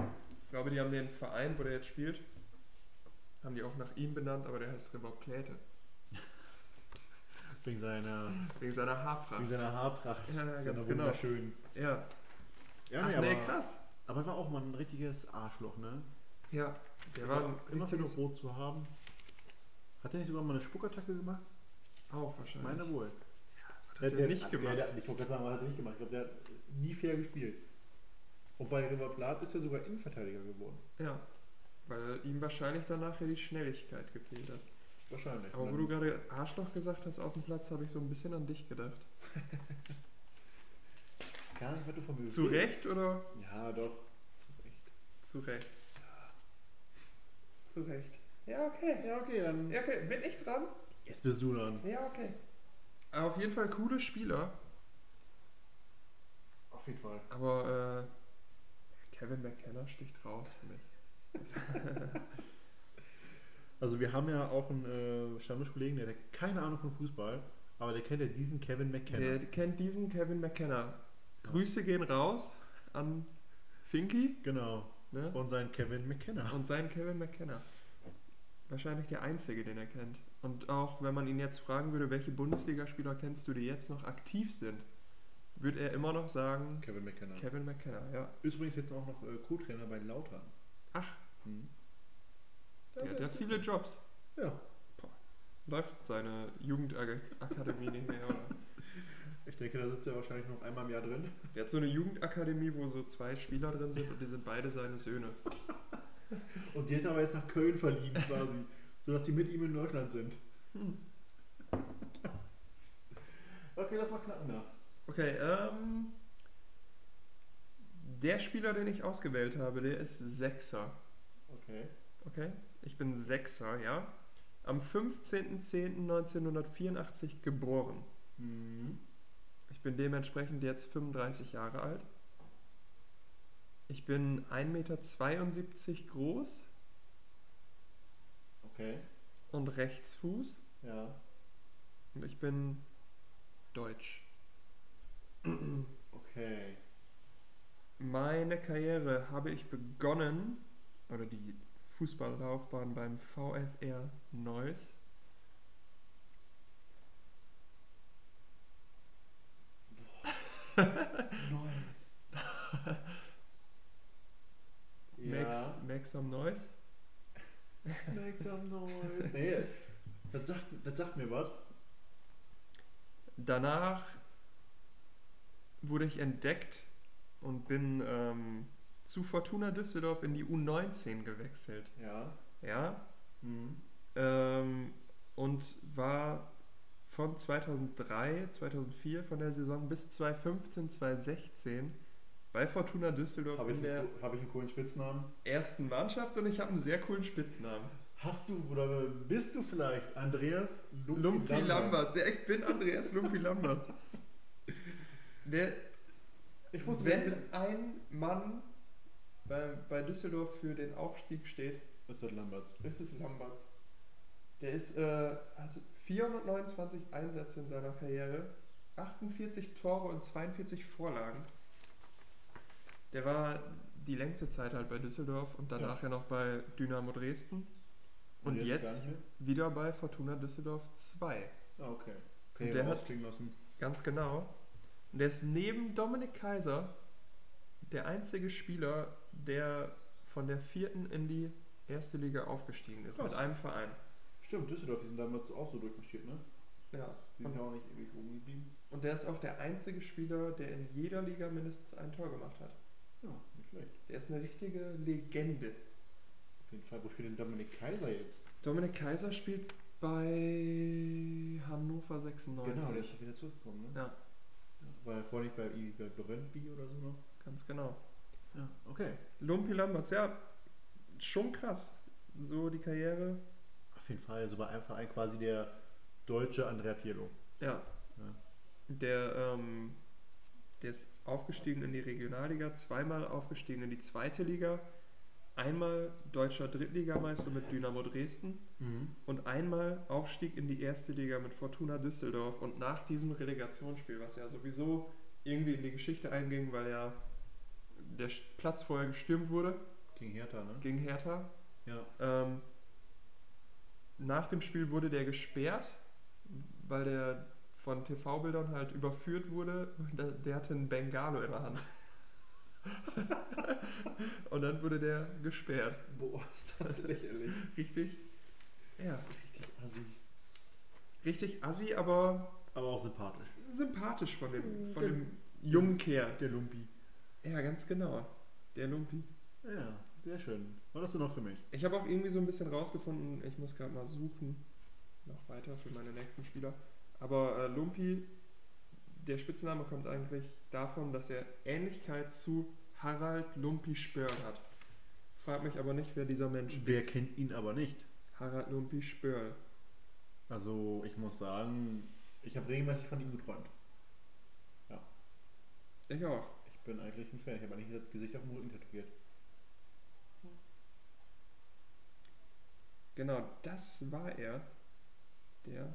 A: Ich glaube, die haben den Verein, wo der jetzt spielt, Haben die auch nach ihm benannt, aber der heißt River Plate.
B: Wegen seiner,
A: Wegen seiner
B: wegen
A: Haarpracht.
B: seiner Haarpracht.
A: Ja, ganz
B: seiner
A: genau.
B: Wunderschön.
A: Ja.
B: Ja,
A: Ach
B: nee,
A: nee,
B: aber,
A: krass.
B: aber er war auch mal ein richtiges Arschloch, ne?
A: Ja. Der war ein
B: immer
A: richtiges-
B: genug Rot zu haben. Hat er nicht sogar mal eine Spuckattacke gemacht?
A: Auch wahrscheinlich.
B: Meine wohl.
A: hat der, nicht gemacht.
B: Äh, Der, der, ich wollte gerade sagen, was hat er nicht gemacht? Ich glaube, der hat
C: Nie fair gespielt. Und bei River Plate ist er sogar Innenverteidiger geworden.
A: ja. Weil ihm wahrscheinlich danach ja die Schnelligkeit gefehlt hat.
C: Wahrscheinlich.
A: Aber wo du gerade Arschloch gesagt hast auf dem Platz, habe ich so ein bisschen an dich gedacht.
C: weißt gar nicht, was du von mir
B: Mhm.
A: Zu
C: willst.
A: Recht oder?
C: Ja, doch. Zu Recht.
A: Zu Recht. Zu Recht. Ja, okay.
B: Ja, okay, dann.
A: Ja, okay. Bin ich dran?
B: Jetzt bist du dran.
A: Ja, okay. Auf jeden Fall coole Spieler,
B: Auf jeden Fall.
A: aber äh, Kevin McKenna sticht raus für mich.
B: Also, wir haben ja auch einen äh, Stammtischkollegen, der hat ja keine Ahnung von Fußball, aber der kennt ja diesen Kevin McKenna.
A: Der kennt diesen Kevin McKenna. Grüße gehen raus an Finky
B: Genau.
A: ne?
B: Und sein Kevin McKenna.
A: und seinen Kevin McKenna. Wahrscheinlich der einzige, den er kennt. Und auch wenn man ihn jetzt fragen würde, welche Bundesligaspieler kennst du, die jetzt noch aktiv sind, würde er immer noch sagen,
B: Kevin McKenna.
A: Kevin McKenna, ja.
B: Ist übrigens jetzt auch noch äh, Co-Trainer bei Lautern.
A: Ach,
B: Hm.
A: der hat ja viele Jobs.
B: Ja,
A: Läuft seine Jugendakademie nicht mehr, oder?
B: ich denke, da sitzt er wahrscheinlich noch einmal im Jahr drin.
A: Der hat so eine Jugendakademie, wo so zwei Spieler drin sind und die sind beide seine Söhne.
B: Und die hat er aber jetzt nach Köln verliehen quasi.
C: Sodass sie mit ihm in Deutschland sind.
B: Hm. Okay, lass mal knacken da.
A: Okay, ähm. Der Spieler, den ich ausgewählt habe, der ist Sechser.
B: Okay.
A: Okay? Ich bin Sechser, ja. Am 15.10.1984 geboren.
B: Mhm.
A: Ich bin dementsprechend jetzt 35 Jahre alt. Ich bin 1,72 Meter groß
B: Okay.
A: und Rechtsfuß.
B: Ja.
A: Und ich bin deutsch.
B: Okay.
A: Meine Karriere habe ich begonnen, oder die Fußballlaufbahn beim VfR Neuss.
B: Nice.
A: Max,
B: ja.
A: Max am Neuss.
B: Make some noise.
C: Nee, das sagt, das sagt mir was.
A: Danach wurde ich entdeckt und bin ähm, zu Fortuna Düsseldorf in die U19 gewechselt.
B: Ja.
A: Ja,
B: Mhm.
A: ähm, und war von 2003, 2004 von der Saison bis 2015, 2016 bei Fortuna Düsseldorf
B: Habe ich,
A: in der
B: einen- hab ich einen coolen Spitznamen?
A: ersten Mannschaft und ich habe einen sehr coolen Spitznamen.
B: Hast du oder bist du vielleicht Andreas Lumpi,
A: Lumpi
B: Lamberts?
A: Lambert. Ja, ich bin Andreas Lumpi Lambert. Der,
B: Ich wusste nicht.
A: wenn ein Mann bei, bei Düsseldorf für den Aufstieg steht,
B: Ist das Lamberts?
A: ist es Lambert. Der ist, äh, hat 429 Einsätze in seiner Karriere, 48 Tore und 42 Vorlagen. Der war die längste Zeit halt bei Düsseldorf und danach ja, noch bei Dynamo Dresden. Und,
B: gar
A: jetzt
B: nicht mehr?
A: wieder bei Fortuna Düsseldorf 2.
B: Ah, okay.
A: Und der hat-
B: rausfliegen lassen.
A: Ganz genau. Und der ist neben Dominik Kaiser der einzige Spieler, der von der vierten in die erste Liga aufgestiegen ist.
B: Krass.
A: Mit einem Verein.
B: Stimmt, Düsseldorf, die sind damals auch so durchmarschiert, ne?
A: Ja.
B: Die sind
A: Und,
B: ja auch nicht ewig oben geblieben.
A: und der ist auch der einzige Spieler, der in jeder Liga mindestens ein Tor gemacht hat.
B: Ja, nicht schlecht.
A: Der ist eine richtige Legende.
B: Auf jeden Fall, wo spielt denn Dominik Kaiser jetzt?
A: Dominik Kaiser spielt bei Hannover 96.
B: Genau, der ist ja wieder zurückgekommen, ne?
A: Ja.
B: War er vorher nicht bei, I- bei Brøndby oder so noch?
A: Ganz genau.
B: Ja, okay.
A: Lumpi Lamberts, ja, schon krass. So die Karriere.
B: Auf jeden Fall, so bei einem Verein quasi der deutsche Andrea Pirlo. ne?
A: Ja.
B: Ja.
A: Der, ähm, der ist aufgestiegen in die Regionalliga, zweimal aufgestiegen in die zweite Liga, einmal deutscher Drittligameister mit Dynamo Dresden
B: Mhm.
A: und einmal Aufstieg in die erste Liga mit Fortuna Düsseldorf. Und nach diesem Relegationsspiel, was ja sowieso irgendwie in die Geschichte einging, weil ja der Sch- Platz vorher gestürmt wurde
B: Gegen Hertha, ne?
A: gegen Hertha,
B: Ja.
A: ähm, nach dem Spiel wurde der gesperrt, weil der von TV-Bildern halt überführt wurde. Und der, der hatte einen Bengalo in der Hand. und dann wurde der gesperrt. Also,
B: Boah, ist das lächerlich.
A: Richtig? Ja.
B: Richtig assi.
A: Richtig assi, aber
D: Aber auch sympathisch.
A: sympathisch von dem, von
D: Der-
A: dem jungen Kerl.
D: Der Lumpi.
A: Ja, ganz genau. Der Lumpi.
D: Ja, sehr schön. Was hast du noch für mich?
A: Ich habe auch irgendwie so ein bisschen rausgefunden, ich muss gerade mal suchen, noch weiter für meine nächsten Spieler. Aber äh, Lumpi, der Spitzname kommt eigentlich davon, dass er Ähnlichkeit zu Harald Lumpi Spörl hat. Frag mich aber nicht, wer dieser Mensch
D: Wer
A: ist.
D: kennt ihn aber nicht?
A: Harald Lumpi Spörl.
D: Also, ich muss sagen,
B: Ich habe regelmäßig von ihm geträumt.
A: Ich auch.
B: Ich bin eigentlich ein Fan. Ich habe eigentlich das Gesicht auf dem Rücken tätowiert.
A: Genau, das war er. Der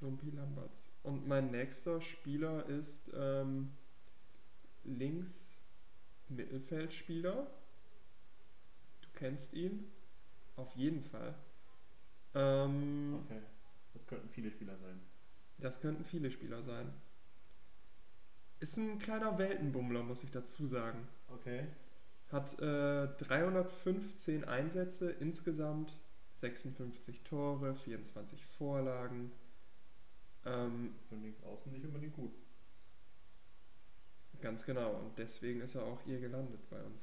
A: Lumpi Lamberts. Und mein nächster Spieler ist ähm, links Mittelfeldspieler. Du kennst ihn. Auf jeden Fall. Ähm,
B: Okay. Das könnten viele Spieler sein.
A: das könnten viele Spieler sein. Ist ein kleiner Weltenbummler, muss ich dazu sagen.
B: Okay.
A: Hat äh, 315 Einsätze insgesamt, 56 Tore, 24 Vorlagen. Ähm,
B: Für links außen nicht unbedingt gut.
A: ganz genau, und deswegen ist er auch hier gelandet bei uns.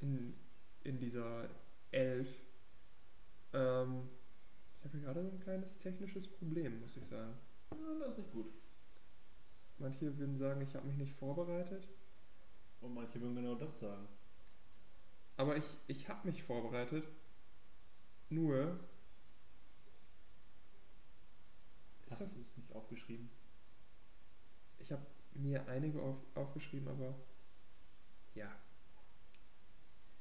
A: In, in dieser Elf. Ähm, ich habe hier gerade so ein kleines technisches Problem, muss ich sagen.
B: Ja, das ist nicht gut.
A: Manche würden sagen, ich habe mich nicht vorbereitet,
B: Und manche würden genau das sagen.
A: aber ich, ich habe mich vorbereitet. Nur,
B: Hast
A: Ist
B: du es nicht aufgeschrieben?
A: Ich habe mir einige auf, aufgeschrieben, aber ja.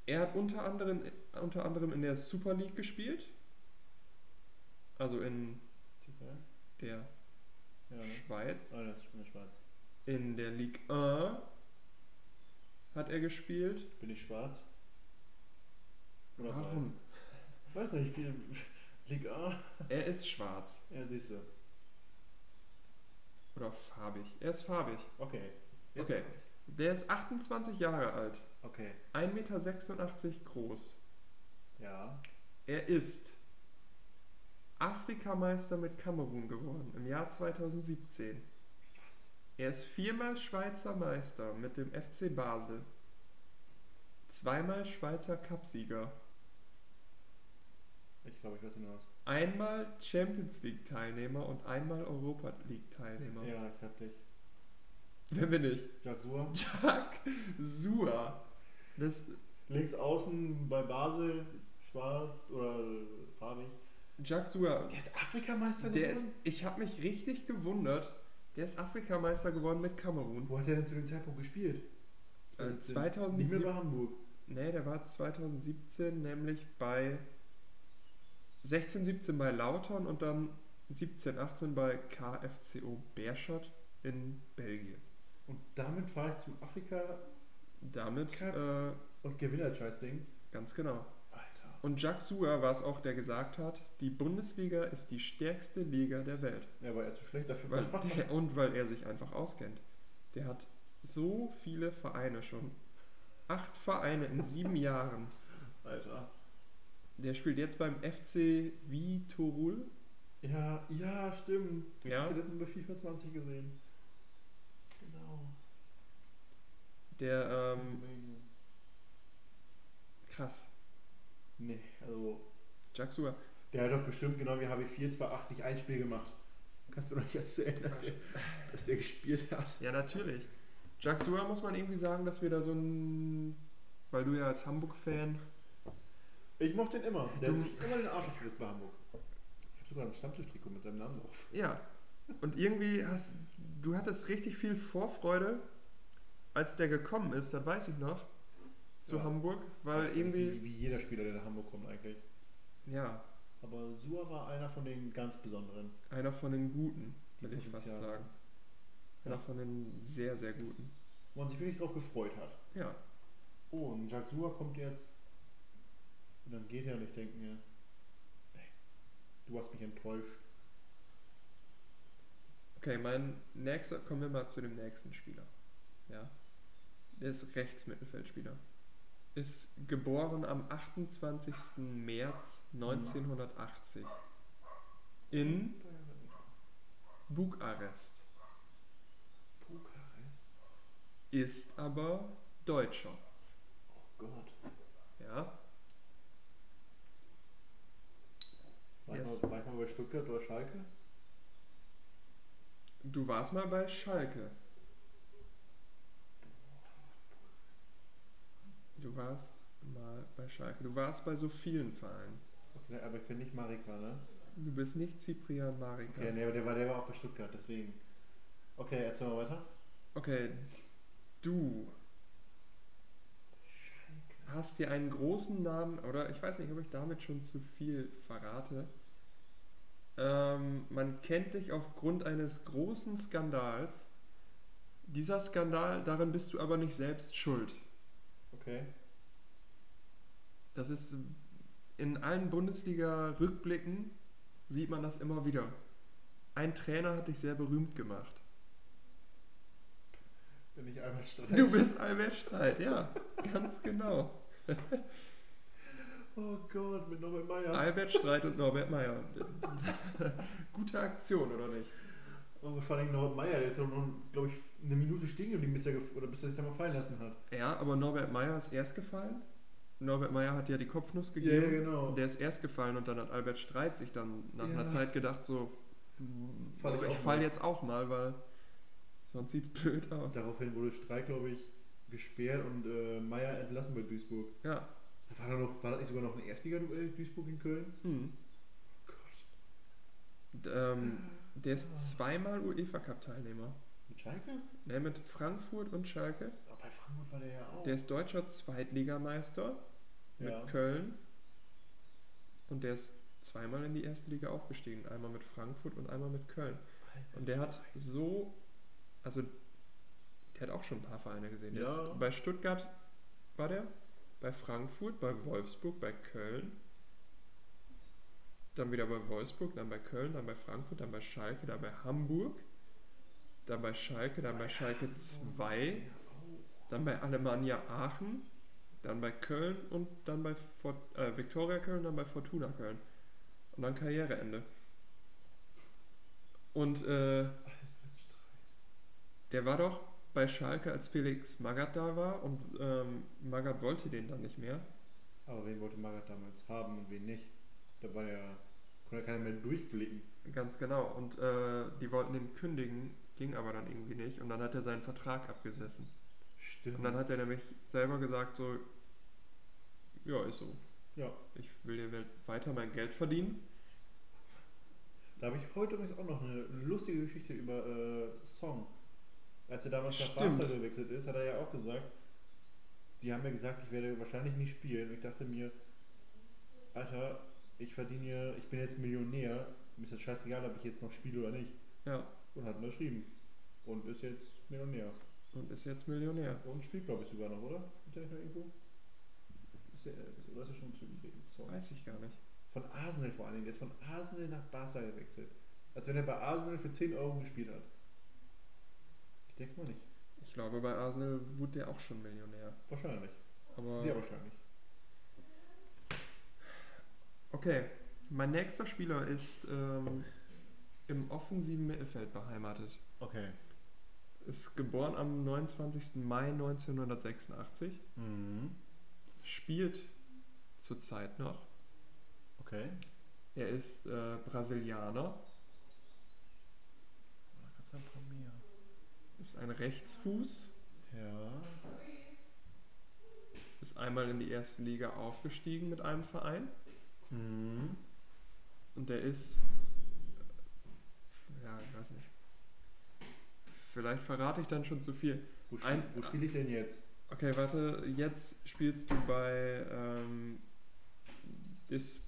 A: Er hat unter anderem, unter anderem in der Super League gespielt. Also in
B: Türkei?
A: der
B: Ja, ne?
A: Schweiz.
B: Ah, das ist in der Schweiz.
A: In der Ligue 1 hat er gespielt.
B: Bin ich schwarz? Oder
A: Warum?
B: Weiß? Weiß nicht, viele. Liga A.
A: Er ist schwarz.
B: Ja, siehst du.
A: Oder farbig. Er ist farbig.
B: Okay.
A: Okay. Der ist 28 Jahre alt.
B: Okay.
A: 1,86 Meter groß.
B: Ja.
A: Er ist Afrikameister mit Kamerun geworden im Jahr 2017. Er ist viermal Schweizer Meister mit dem FC Basel. Zweimal Schweizer Cupsieger.
B: Ich glaube, ich weiß nur was.
A: Einmal Champions League Teilnehmer und einmal Europa League Teilnehmer.
B: Ja, ich hab dich.
A: Wer bin ich?
B: Jacques Suhr.
A: Jack Sua. Das
B: Links außen bei Basel, schwarz oder farbig.
A: Jack Sua.
B: ist Afrikameister
A: Der ist, ich habe mich richtig gewundert. Der ist Afrikameister geworden mit Kamerun.
B: Wo hat er denn zu dem Zeitpunkt gespielt?
A: Äh,
B: 2017. Nicht mehr bei Hamburg.
A: Nee, der war 2017 nämlich bei 16, 17 bei Lautern und dann 17, 18 bei KFCO Beerschot in Belgien.
B: Und damit fahre ich zum Afrika
A: Damit,
B: Krass.
A: äh,
B: und gewinne das Scheißding.
A: ganz genau.
B: Alter.
A: Und Jacques Suhr war es auch, der gesagt hat, die Bundesliga ist die stärkste Liga der Welt.
B: Ja, war er zu schlecht dafür.
A: Weil der, und weil er sich einfach auskennt. Der hat so viele Vereine schon. Acht Vereine in sieben Jahren.
B: Alter.
A: Der spielt jetzt beim FC Vitorul.
B: Ja, ja, stimmt. Ich
A: Ja,
B: habe das bei FIFA 20 gesehen. Genau.
A: der ähm, Krass.
B: Nee, also.
A: Jaksua.
B: Der hat doch bestimmt genau wie HB4 zwar 8 nicht ein Spiel gemacht. Kannst du mir doch nicht erzählen, dass der, dass der gespielt hat.
A: Ja, natürlich. Jaksua muss man irgendwie sagen, dass wir da so ein. Weil du ja als Hamburg-Fan.
B: Ich mochte den immer. Der
A: Du-
B: hat sich immer den Arsch aufgerissen bei Hamburg. Ich habe sogar ein Stammtischtrikot mit seinem Namen drauf.
A: Ja. Und irgendwie hast. Du hattest richtig viel Vorfreude, als der gekommen ist, das weiß ich noch, zu
B: Ja.
A: Hamburg, weil irgendwie.
B: Wie, wie jeder Spieler, der nach Hamburg kommt, eigentlich.
A: Ja,
B: Aber Suar war einer von den ganz Besonderen.
A: einer von den Guten,
B: Die
A: will ich fast
B: Potenziale.
A: sagen.
B: Ja.
A: Einer von den sehr, sehr Guten.
B: Wo man sich wirklich drauf gefreut hat.
A: Ja.
B: Oh, und Jacques Suar kommt jetzt Und dann geht er und ich denke mir, ey, du hast mich enttäuscht.
A: Okay, mein nächster, kommen wir mal zu dem nächsten Spieler. Ja. Der ist Rechtsmittelfeldspieler. Ist geboren am 28. März 1980 in Bukarest,
B: Bukarest?
A: ist aber Deutscher.
B: Oh Gott.
A: Ja.
B: War,
A: Yes.
B: ich mal, war ich mal bei Stuttgart oder Schalke?
A: Du warst mal bei Schalke. Du warst mal bei Schalke. Du warst bei so vielen Vereinen.
B: Okay, aber ich bin nicht Marika, ne?
A: Du bist nicht Cyprian Marika.
B: Okay, nee, aber der war, der war auch bei Stuttgart, deswegen. Okay, erzähl mal weiter.
A: Okay, du hast dir einen großen Namen, oder ich weiß nicht, ob ich damit schon zu viel verrate. Ähm, man kennt dich aufgrund eines großen Skandals. Dieser Skandal, darin bist du aber nicht selbst schuld.
B: Okay.
A: Das ist in allen Bundesliga-Rückblicken sieht man das immer wieder. Ein Trainer hat dich sehr berühmt gemacht.
B: Bin ich einmal Streich.
A: Du bist Albert Streit, ja, ganz genau.
B: Oh Gott, mit Norbert Meyer.
A: Albert Streit und Norbert Meyer. Gute Aktion, oder nicht?
B: Und Oh, vor allem Norbert Meyer, der ist doch nur, glaube ich, eine Minute stehen geblieben, bis er, gef- oder bis er sich da mal fallen lassen hat.
A: Ja, aber Norbert Meyer ist erst gefallen. Norbert Meyer hat ja die Kopfnuss
B: Ja, ja,
A: gegeben.
B: genau.
A: Der ist erst gefallen und dann hat Albert Streit sich dann nach
B: Ja.
A: einer Zeit gedacht, so,
B: Fall ich
A: ich,
B: auch
A: fall
B: mal.
A: jetzt auch mal, weil sonst sieht's blöd aus.
B: Daraufhin wurde Streich, glaube ich, gesperrt und äh, Meyer entlassen bei Duisburg.
A: Ja.
B: War, da noch, war das nicht sogar noch ein Erstliga-Duell Duisburg in Köln?
A: Hm.
B: Gott.
A: Und, ähm, der ist zweimal UEFA-Cup-Teilnehmer.
B: Mit Schalke?
A: Ne, mit Frankfurt und Schalke.
B: Aber bei Frankfurt war der ja auch.
A: Der ist deutscher Zweitligameister mit
B: Ja.
A: Köln. Und der ist zweimal in die erste Liga aufgestiegen. Einmal mit Frankfurt und einmal mit Köln. Und der hat so, also der hat auch schon ein paar Vereine gesehen. Der
B: Ja.
A: ist, bei Stuttgart war der, bei Frankfurt, bei Wolfsburg, bei Köln. Dann wieder bei Wolfsburg, dann bei Köln, dann bei Frankfurt, dann bei Schalke, dann bei Hamburg, dann bei Schalke, dann bei Schalke 2, dann bei Alemannia Aachen, dann bei Köln und dann bei Fort, äh, Viktoria Köln, dann bei Fortuna Köln. Und dann Karriereende. Und äh, der war doch bei Schalke, als Felix Magath da war und ähm, Magath wollte den dann nicht mehr.
B: Aber wen wollte Magath damals haben und wen nicht? Da war ja, konnte ja keiner mehr durchblicken.
A: Ganz genau. Und äh, die wollten den kündigen, ging aber dann irgendwie nicht. Und dann hat er seinen Vertrag abgesessen.
B: Stimmt.
A: Und dann hat er nämlich selber gesagt so, ja, ist so.
B: ja,
A: Ich will dir wel- weiter mein Geld verdienen.
B: da habe ich heute übrigens auch noch eine lustige Geschichte über äh, Song. Als er damals nach
A: Stimmt.
B: Barca gewechselt ist, hat er ja auch gesagt, die haben mir gesagt, ich werde wahrscheinlich nicht spielen. Und ich dachte mir, Alter, ich verdiene, hier- ich bin jetzt Millionär, mir ist das scheißegal, ob ich jetzt noch spiele oder nicht.
A: Ja,
B: Und hat unterschrieben. Und ist jetzt Millionär.
A: und ist jetzt Millionär.
B: Und spielt, glaube ich, sogar noch, oder? Ist der nicht noch irgendwo? Ist der, ist, oder ist er schon zurückgetreten? Sorry.
A: Weiß ich gar nicht.
B: Von Arsenal vor allen Dingen. Der ist von Arsenal nach Barca gewechselt. Als wenn er bei Arsenal für 10 Euro gespielt hat. Ich denke mal nicht.
A: Ich glaube, bei Arsenal wurde der auch schon Millionär.
B: Wahrscheinlich.
A: Aber
B: Sehr wahrscheinlich.
A: Okay, mein nächster Spieler ist ähm, im offensiven Mittelfeld beheimatet.
E: Okay.
A: Ist geboren am 29. Mai 1986.
E: Mhm.
A: Spielt zurzeit noch.
E: Okay.
A: Er ist äh, Brasilianer.
E: Da gab's ein paar mehr.
A: Ist ein Rechtsfuß.
E: Ja.
A: Ist einmal in die erste Liga aufgestiegen mit einem Verein.
E: Mhm.
A: Und der ist. äh, Ja, ich weiß nicht. Vielleicht verrate ich dann schon zu viel.
B: Wo, spiel,
A: Ein-
B: wo spiele ich denn jetzt?
A: Okay, warte, jetzt spielst du bei ähm, Dis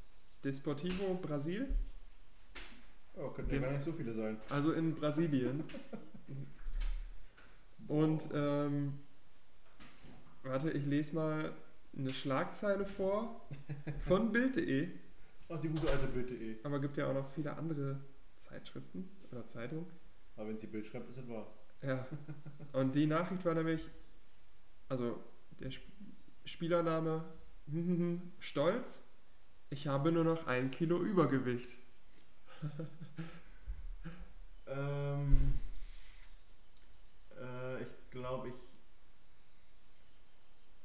A: Desportivo Brasil,
B: Oh, könnten ja
A: Dem-
B: gar nicht so viele sein.
A: also in Brasilien. Und ähm, warte, ich lese mal eine Schlagzeile vor von Bild.de,
B: Ach, die gute alte Bild.de.
A: aber gibt ja auch noch viele andere Zeitschriften oder Zeitungen.
B: Aber wenn sie Bild schreibt, ist es wahr.
A: Ja. Und die Nachricht war nämlich, also der Sp Spielername Stolz, ich habe nur noch ein Kilo Übergewicht.
B: Ähm, äh, ich glaube, ich.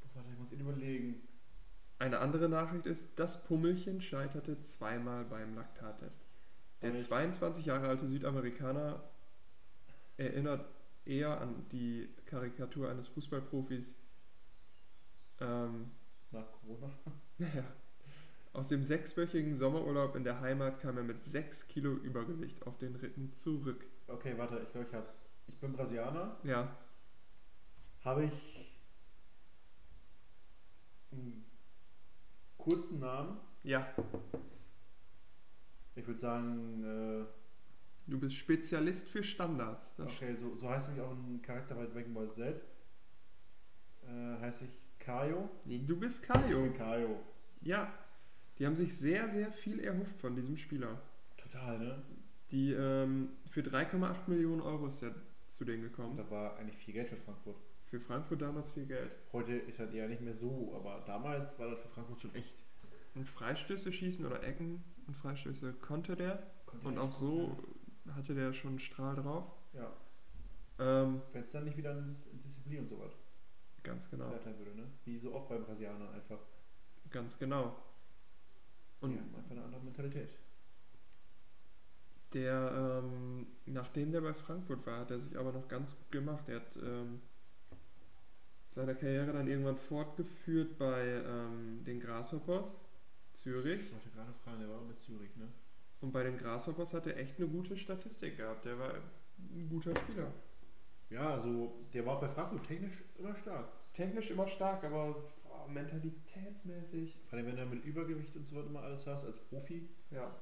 B: Oh, warte, ich muss ihn überlegen.
A: Eine andere Nachricht ist, das Pummelchen scheiterte zweimal beim Laktattest. Der
B: Aber ich-
A: 22 Jahre alte Südamerikaner erinnert eher an die Karikatur eines Fußballprofis ähm,
B: Nach Corona.
A: Naja. Aus dem sechswöchigen Sommerurlaub in der Heimat kam er mit sechs Kilo Übergewicht auf den Rippen zurück.
B: Okay, warte, ich glaube, ich hab's. Ich bin Brasilianer.
A: Ja,
B: Habe ich einen kurzen Namen.
A: ja,
B: Ich würde sagen, äh,
A: du bist Spezialist für Standards. Das
B: okay, so, so heißt nämlich auch ein Charakter bei Dragon Ball Z. Äh, heiße ich Kaio.
A: nee, du bist
B: Ich
A: Kaio.
B: bin Kaio.
A: Ja, die haben sich sehr, sehr viel erhofft von diesem Spieler.
B: Total, ne?
A: Die ähm, für 3,8 Millionen Euro ist er zu denen gekommen.
B: Da war eigentlich viel Geld für Frankfurt.
A: Für Frankfurt damals viel Geld.
B: Heute ist halt eher nicht mehr so, aber damals war das für Frankfurt schon echt.
A: Und Freistöße schießen oder Ecken und Freistöße konnte der.
B: Konnte
A: Und
B: der
A: auch
B: echt
A: so
B: gut,
A: hatte der schon einen Strahl drauf.
B: ne? Ja,
A: Ähm,
B: wenn es dann nicht wieder in in Disziplin und so was
A: ganz genau.
B: weiter würde, ne? Wie so oft bei Brasilianern einfach.
A: Ganz genau. Und
B: Die haben einfach eine andere Mentalität.
A: der, ähm, nachdem der bei Frankfurt war, hat er sich aber noch ganz gut gemacht. Er hat ähm, seine Karriere dann irgendwann fortgeführt bei ähm, den Grasshoppers Zürich.
B: Ich wollte gerade fragen, der war mit Zürich, ne?
A: Und bei den Grasshoppers hat er echt eine gute Statistik gehabt. Der war ein guter Spieler.
B: Ja, also der war bei Frankfurt technisch immer stark.
A: Technisch immer stark, aber boah, mentalitätsmäßig.
B: Vor allem, wenn du mit Übergewicht und so was immer alles hast, als Profi,
A: Ja,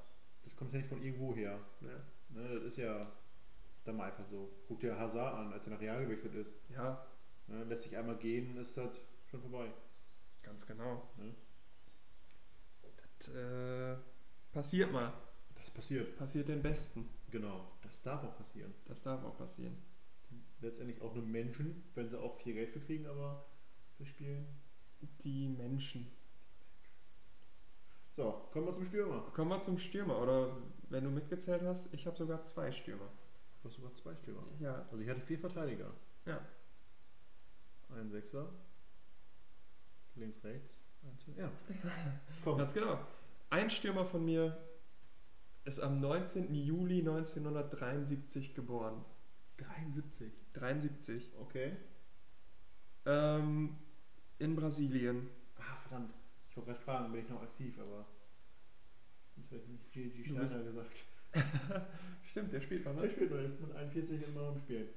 B: das kommt ja nicht von irgendwo her.
A: ne.
B: Ne? Das ist ja dann mal einfach so. Guck dir Hazard an, als er nach Real gewechselt ist.
A: ja,
B: Ne? Lässt sich einmal gehen, ist das schon vorbei.
A: ganz genau.
B: Ne?
A: Das äh, passiert mal.
B: Das passiert.
A: Passiert den Besten.
B: Genau. Das darf auch passieren.
A: Das darf auch passieren.
B: letztendlich auch nur Menschen, wenn sie auch viel Geld für kriegen, aber für Spielen.
A: Die Menschen.
B: So, kommen wir zum Stürmer.
A: Kommen wir zum Stürmer, oder wenn du mitgezählt hast, ich habe sogar zwei Stürmer.
B: Du hast sogar zwei Stürmer.
A: Ja.
B: Also ich hatte vier Verteidiger.
A: Ja.
B: Ein Sechser. Links, rechts. Ein, zwei. Ja. Komm.
A: Ganz genau. Ein Stürmer von mir ist am 19. Juli 1973 geboren.
B: 73.
A: 73.
B: Okay.
A: Ähm, in Brasilien.
B: Ah, verdammt. Ich wollte gerade fragen, bin ich noch aktiv, aber. Jetzt hätte ich nicht Gigi
A: Du bist-
B: Steiner gesagt.
A: Stimmt, der spielt noch,
B: Ich
A: ne?
B: spiele noch jetzt mit 41 immer am Spielen.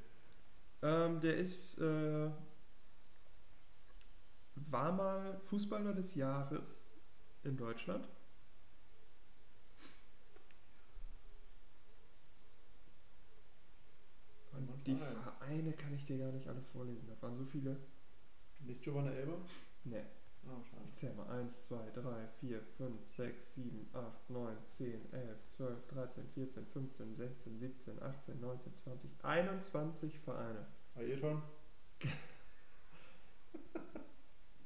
A: Ähm, der ist, äh, war mal Fußballer des Jahres in Deutschland. Und
B: Mann,
A: die
B: Verein.
A: Vereine kann ich dir gar nicht alle vorlesen. Da waren so viele.
B: Nicht Giovanna Elber?
A: Ne,
B: Ah, schade.
A: ich zähl mal. 1, 2, 3, 4, 5, 6, 7, 8, 9, 10, 11, 12, 13, 14, 15, 16, 17, 18, 19, 20, 21 Vereine.
B: Ah, ihr schon?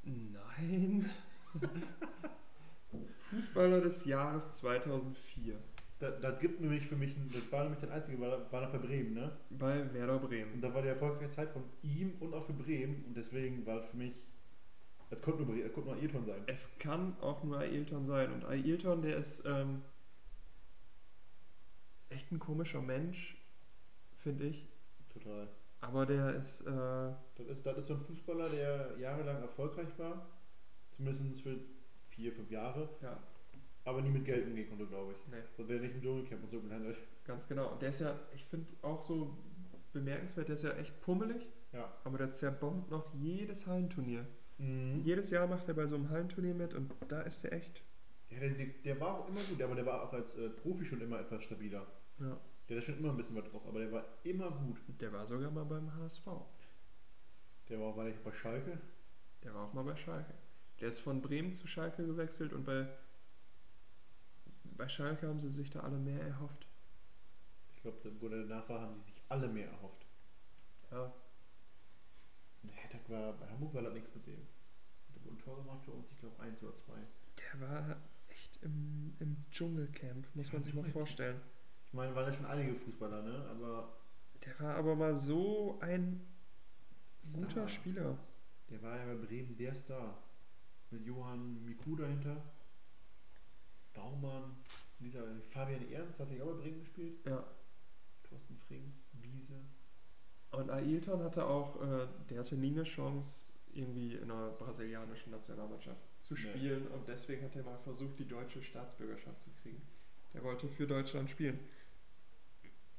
A: Nein. Fußballer des Jahres 2004
B: Das, das gibt nämlich für mich, das war nämlich der einzige, war, war noch bei Bremen, ne?
A: bei Werder
B: Und
A: Bremen.
B: da war die erfolgreiche Zeit von ihm und auch für Bremen und deswegen war das für mich, das konnte nur, Bre- das konnte nur Ayrton sein.
A: Es kann auch nur Ailton sein. Und Ailton, der ist ähm, echt ein komischer Mensch, finde ich.
B: Total.
A: Aber der ist, äh,
B: Das ist, das ist so ein Fußballer, der jahrelang erfolgreich war, zumindest für vier, fünf Jahre,
A: ja,
B: aber nie mit Geld umgehen konnte, glaube ich.
A: nee,
B: Sonst wäre er nicht im Dschungelcamp und so gelandet.
A: ganz genau. Und der ist ja, ich finde auch so bemerkenswert, der ist ja echt pummelig.
B: Ja.
A: Aber der zerbombt noch jedes Hallenturnier.
B: Mhm.
A: Jedes Jahr macht er bei so einem Hallenturnier mit und da ist der echt.
B: Ja, der, der, der war auch immer gut, aber der war auch als äh, Profi schon immer etwas stabiler.
A: Ja.
B: Der hat schon immer ein bisschen was drauf, aber der war immer gut.
A: Der war sogar mal beim HSV.
B: Der war auch mal nicht bei Schalke.
A: Der war auch mal bei Schalke. Der ist von Bremen zu Schalke gewechselt und bei, bei Schalke haben sie sich da alle mehr erhofft.
B: Ich glaube, da wurde danach war, haben die sich alle mehr erhofft.
A: Ja,
B: Nee, das war, bei Hamburg war das nichts mit dem. Der wurde ein Tor gemacht für uns, ich glaube, eins oder zwei.
A: der war echt im, im Dschungelcamp, muss
B: Der war
A: man sich mal
B: Dschungelcamp.
A: vorstellen.
B: Ich meine, waren ja schon einige Fußballer, ne? Aber
A: Der war aber mal so ein
B: Star.
A: guter Spieler.
B: der war ja bei Bremen der Star. Mit Johann Miku dahinter. Baumann. Dieser Fabian Ernst hat ja auch bei Bremen gespielt.
A: Ja.
B: Thorsten Frings, Wiese.
A: Und Ailton hatte auch, äh, der hatte nie eine Chance, irgendwie in einer brasilianischen Nationalmannschaft zu
B: Nee.
A: spielen. Und deswegen hat er mal versucht, die deutsche Staatsbürgerschaft zu kriegen. Der wollte für Deutschland spielen.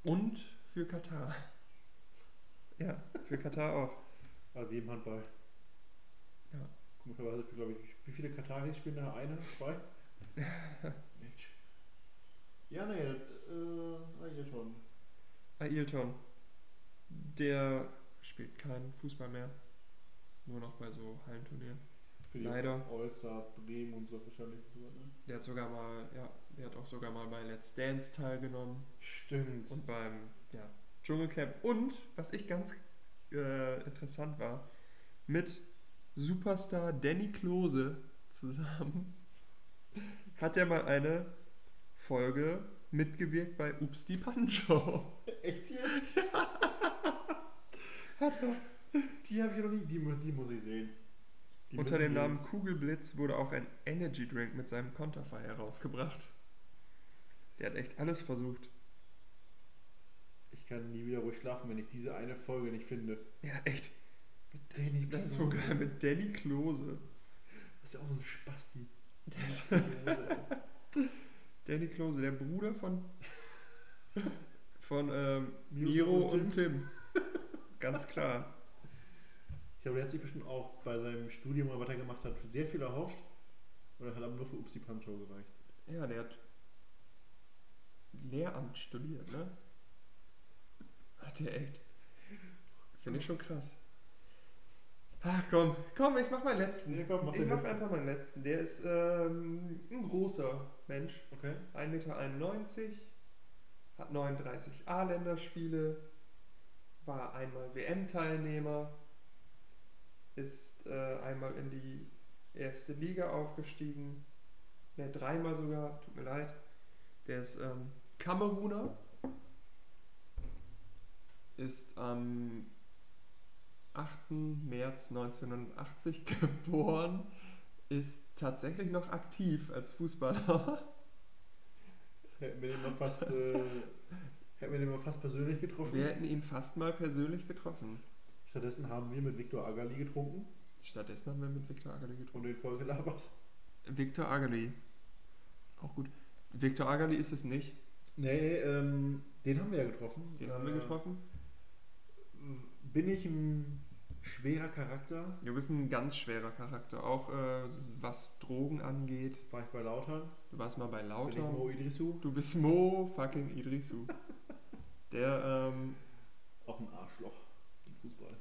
A: Und für Katar. Ja, für Katar auch.
B: Aber wie im Handball.
A: Ja.
B: Komischerweise, glaube ich, wie viele Kataris spielen da? Eine? Zwei? Mensch. Ja, nee, das, äh, ah, hier schon.
A: Ailton. Der spielt keinen Fußball mehr. Nur noch bei so Hallenturnieren.
B: Für die
A: Leider.
B: Allstars, Bremen und so wahrscheinlich so, ne?
A: Der hat sogar mal, ja, der hat auch sogar mal bei Let's Dance teilgenommen.
B: Stimmt.
A: Und beim ja, Dschungelcamp. Und, was ich ganz äh, interessant war, mit Superstar Danny Klose zusammen hat er mal eine Folge mitgewirkt bei Ups die Pannenshow.
B: äh, Echt jetzt?
A: Hat er.
B: Die habe ich noch nie, die, mu- die muss ich sehen. Die
A: Unter
B: müssen
A: dem
B: wir
A: Namen
B: uns-
A: Kugelblitz wurde auch ein Energy Drink mit seinem Konterfei herausgebracht. Der hat echt alles versucht.
B: Ich kann nie wieder ruhig schlafen, wenn ich diese eine Folge nicht finde.
A: Ja, echt.
B: Danny
A: Das ist
B: Klose.
A: sogar mit Danny Klose.
B: Das ist ja auch so ein Spasti.
A: Der ist
B: Ja,
A: Danny Klose, der Bruder von von ähm,
B: Miro
A: Miro
B: und
A: und Tim. Ganz klar.
B: Ich glaube, der hat sich bestimmt auch bei seinem Studium mal weiter gemacht, hat sehr viel erhofft. Oder hat aber nur für Upsi Pancho gereicht.
A: Ja, der hat Lehramt studiert, ne? Hat der echt. Finde ich schon krass. Ach komm, komm, ich mach meinen letzten.
B: Ja, komm, mach
A: ich
B: den
A: mach
B: letzten.
A: einfach meinen letzten. Der ist ähm, ein großer Mensch.
B: Okay.
A: 1,91 Meter, hat 39 A-Länderspiele, war einmal WM-Teilnehmer, ist äh, einmal in die erste Liga aufgestiegen, ne, dreimal sogar, tut mir leid. Der ist ähm, Kameruner, ist am 8. März 1980 geboren, ist tatsächlich noch aktiv als Fußballer.
B: Hätten wir den mal fast, äh, hätten wir den mal fast persönlich getroffen.
A: Wir hätten ihn fast mal persönlich getroffen.
B: Stattdessen haben wir mit Viktor Agali getrunken
A: Stattdessen haben wir mit Viktor Agali getroffen.
B: und den voll gelabert.
A: Viktor Agali. Auch gut. Viktor Agali ist es nicht.
B: Nee, ähm, den haben wir ja getroffen.
A: Den haben wir
B: Äh,
A: getroffen.
B: Bin ich ein schwerer Charakter?
A: Du bist ein ganz schwerer Charakter. Auch äh, was Drogen angeht.
B: War ich bei Lautern?
A: Du warst mal bei
B: Bin ich
A: Lauter.
B: Mo Idrisu?
A: Du bist Mo fucking Idrisu. Der ähm,
B: Auch ein Arschloch im Fußball.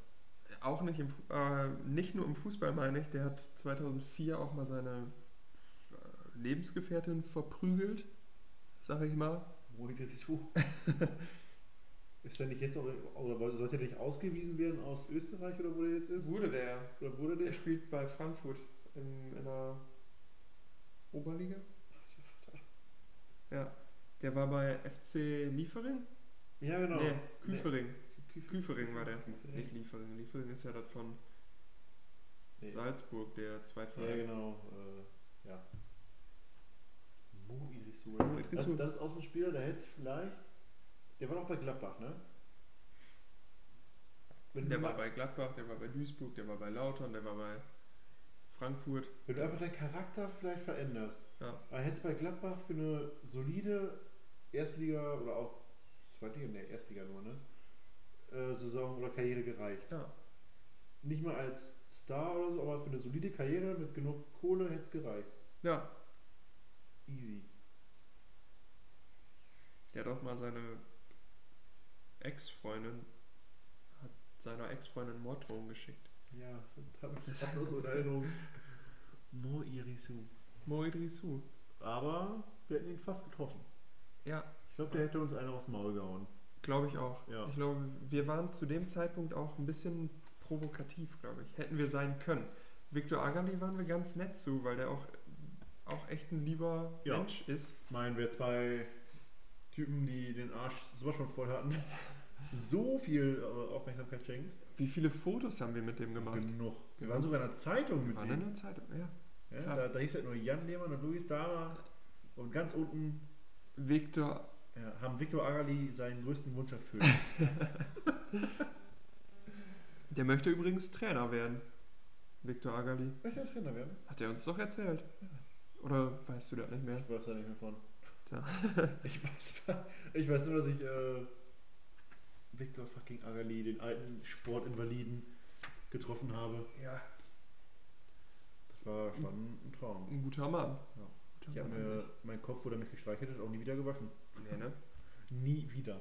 A: auch nicht im, Fu- äh, nicht nur im Fußball meine ich, der hat 2004 auch mal seine äh, Lebensgefährtin verprügelt, sag ich mal.
B: Mo Idrisu. ist der nicht jetzt auch, oder wollte- sollte der nicht ausgewiesen werden aus Österreich oder wo der jetzt ist?
A: Wurde der
B: Oder wurde
A: Er
B: der?
A: spielt bei Frankfurt in, in der Oberliga. Ja. Der war bei FC Liefering?
B: Ja, genau.
A: Nee, Küfering.
B: Nee.
A: Küfering war der.
B: Küfering.
A: Nicht Liefering. Liefering ist ja das von
B: Nee.
A: Salzburg, der Zweitverein.
B: Ja, genau. Äh, ja. Mo Idrisu.
A: Mo
B: Das,
A: Idrisu.
B: das ist auch so ein Spieler, der hätte es vielleicht. Der war noch bei Gladbach, ne? Wenn
A: Der
B: du,
A: war bei Gladbach, der war bei Duisburg, der war bei Lautern, der war bei Frankfurt.
B: wenn du einfach deinen Charakter vielleicht veränderst.
A: Ja.
B: Aber hätte es bei Ah, Gladbach für eine solide Erstliga oder auch Zweitliga, ne, Erstliga nur, ne? Äh, Saison oder Karriere gereicht.
A: Ja.
B: Nicht mal als Star oder so, aber für eine solide Karriere mit genug Kohle hätte es gereicht.
A: Ja.
B: Easy.
A: Der hat auch mal seine Ex-Freundin, hat seiner Ex-Freundin Morddrohungen geschickt.
B: Ja, das habe ich das hab nur so in Erinnerung.
C: Mo Irisu.
A: Moirisu.
B: Aber wir hätten ihn fast getroffen.
A: Ja,
B: Ich glaube, der hätte uns einer aufs Maul gehauen.
A: glaube ich auch.
B: Ja.
A: Ich glaube, wir waren zu dem Zeitpunkt auch ein bisschen provokativ, glaube ich. Hätten wir sein können. Victor Agali waren wir ganz nett zu, weil der auch, auch echt ein lieber
B: Ja.
A: Mensch ist.
B: Ich meine, wir zwei Typen, die den Arsch sowas schon voll hatten, so viel äh, Aufmerksamkeit schenken.
A: Wie viele Fotos haben wir mit dem gemacht?
B: Genug. Wir waren sogar in der Zeitung mit
A: Waren
B: denen.
A: in der Zeitung, ja.
B: Ja,
A: Krass.
B: da, da hieß halt nur Jan Lehmann und Luis Dahmer. Und ganz unten
A: Victor,
B: ja, haben Victor Agali seinen größten Wunsch erfüllt.
A: der möchte übrigens Trainer werden. Victor Agali.
C: Ich will Trainer werden.
A: Hat er uns doch erzählt. Oder weißt du das nicht mehr?
C: Ich weiß da nicht mehr von.
A: Tja.
C: ich, weiß, ich weiß nur, dass ich äh, Victor fucking
B: Agali, den alten Sportinvaliden, getroffen habe.
A: Ja.
B: Das war schon ein Traum.
A: Ein guter Mann.
B: Ja.
A: Guter
B: Ich habe
A: Mann
B: mir, mein Kopf wurde mich gestreichelt und auch nie wieder gewaschen.
A: eigentlich. nee, ne?
B: Nie wieder.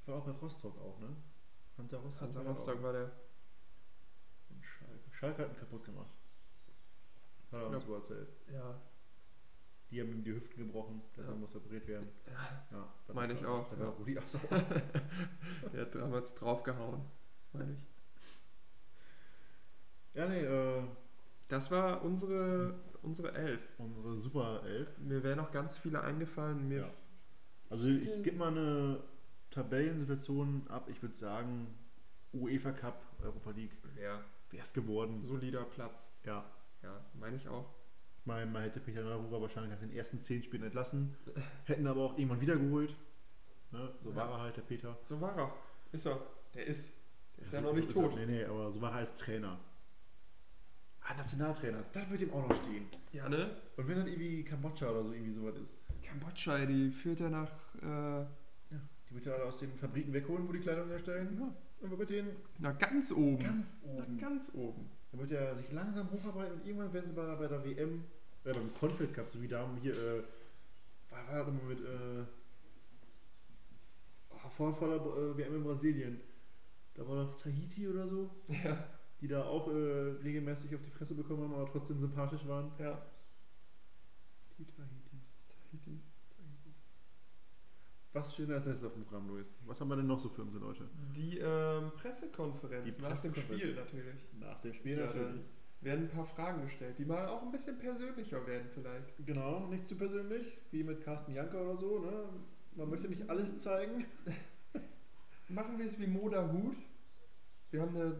B: Das war auch bei Rostock auch, ne? Hansa Rostock.
A: Hansa
B: war ja
A: Rostock war der.
B: auch- und Schalke. Schalke hat ihn kaputt gemacht. Hat er uns
A: Ja.
B: so erzählt.
A: Ja.
B: Die haben ihm die Hüften gebrochen, deshalb
A: Ja.
B: muss operiert werden. Ja, da
A: Meine
B: war-
A: ich auch,
B: Da
A: ja.
B: war Rudi auch sauer.
A: Der hat damals draufgehauen, meine ich.
B: Ja, nee, äh,
A: Das war unsere, unsere Elf.
B: unsere Super Elf.
A: Mir wären noch ganz viele eingefallen. Mir
B: Ja. Also
A: Mhm.
B: ich gebe mal eine Tabellensituation ab. Ich würde sagen, UEFA Cup, Europa League.
A: ja.
B: Wäre es geworden.
A: solider Platz.
B: Ja.
A: Ja, meine ich auch.
B: Ich meine, man hätte Peter Naruba wahrscheinlich nach den ersten zehn Spielen entlassen. Hätten aber auch irgendwann wiedergeholt. Ne? So
A: Ja.
B: war er halt, der Peter.
A: So war er. Ist er. Der ist. Der ist ja,
B: so-
A: noch nicht
B: so-
A: tot.
B: Nee, nee, aber so war er als Trainer. Ah, Nationaltrainer. Das wird ihm auch noch stehen.
A: Ja, ne?
B: Und wenn dann irgendwie Kambodscha oder so irgendwie sowas ist.
A: Kambodscha, die führt ja nach. Äh,
B: Die wird ja alle aus den Fabriken wegholen, wo die Kleidung herstellen. Ja. Einfach mit denen
A: nach ganz oben.
B: ganz
A: nach
B: oben.
A: ganz oben.
B: Dann wird er sich langsam hocharbeiten und irgendwann werden sie bei, bei der WM, äh, beim Confed Cup, so wie da hier, äh, war, war das immer mit, äh, ah, vor, vor der äh, WM in Brasilien. Da war doch Tahiti oder so,
A: Ja,
B: die da auch äh, regelmäßig auf die Fresse bekommen haben, aber trotzdem sympathisch waren.
A: ja.
B: Die Tahitis.
A: Tahiti.
B: Was steht denn als nächstes auf dem Programm, Luis? Was haben wir denn noch so für unsere Leute?
A: Die ähm, Pressekonferenz
B: Die
A: nach dem
B: Pressekonferenz.
A: Spiel natürlich.
B: Nach dem
A: Ist ja Werden ein paar Fragen gestellt, die mal auch ein bisschen persönlicher werden vielleicht.
B: Genau, nicht zu persönlich, wie mit Carsten Janker oder so, ne? Man möchte nicht alles zeigen.
A: Machen wir es wie Moda Hut. Wir haben eine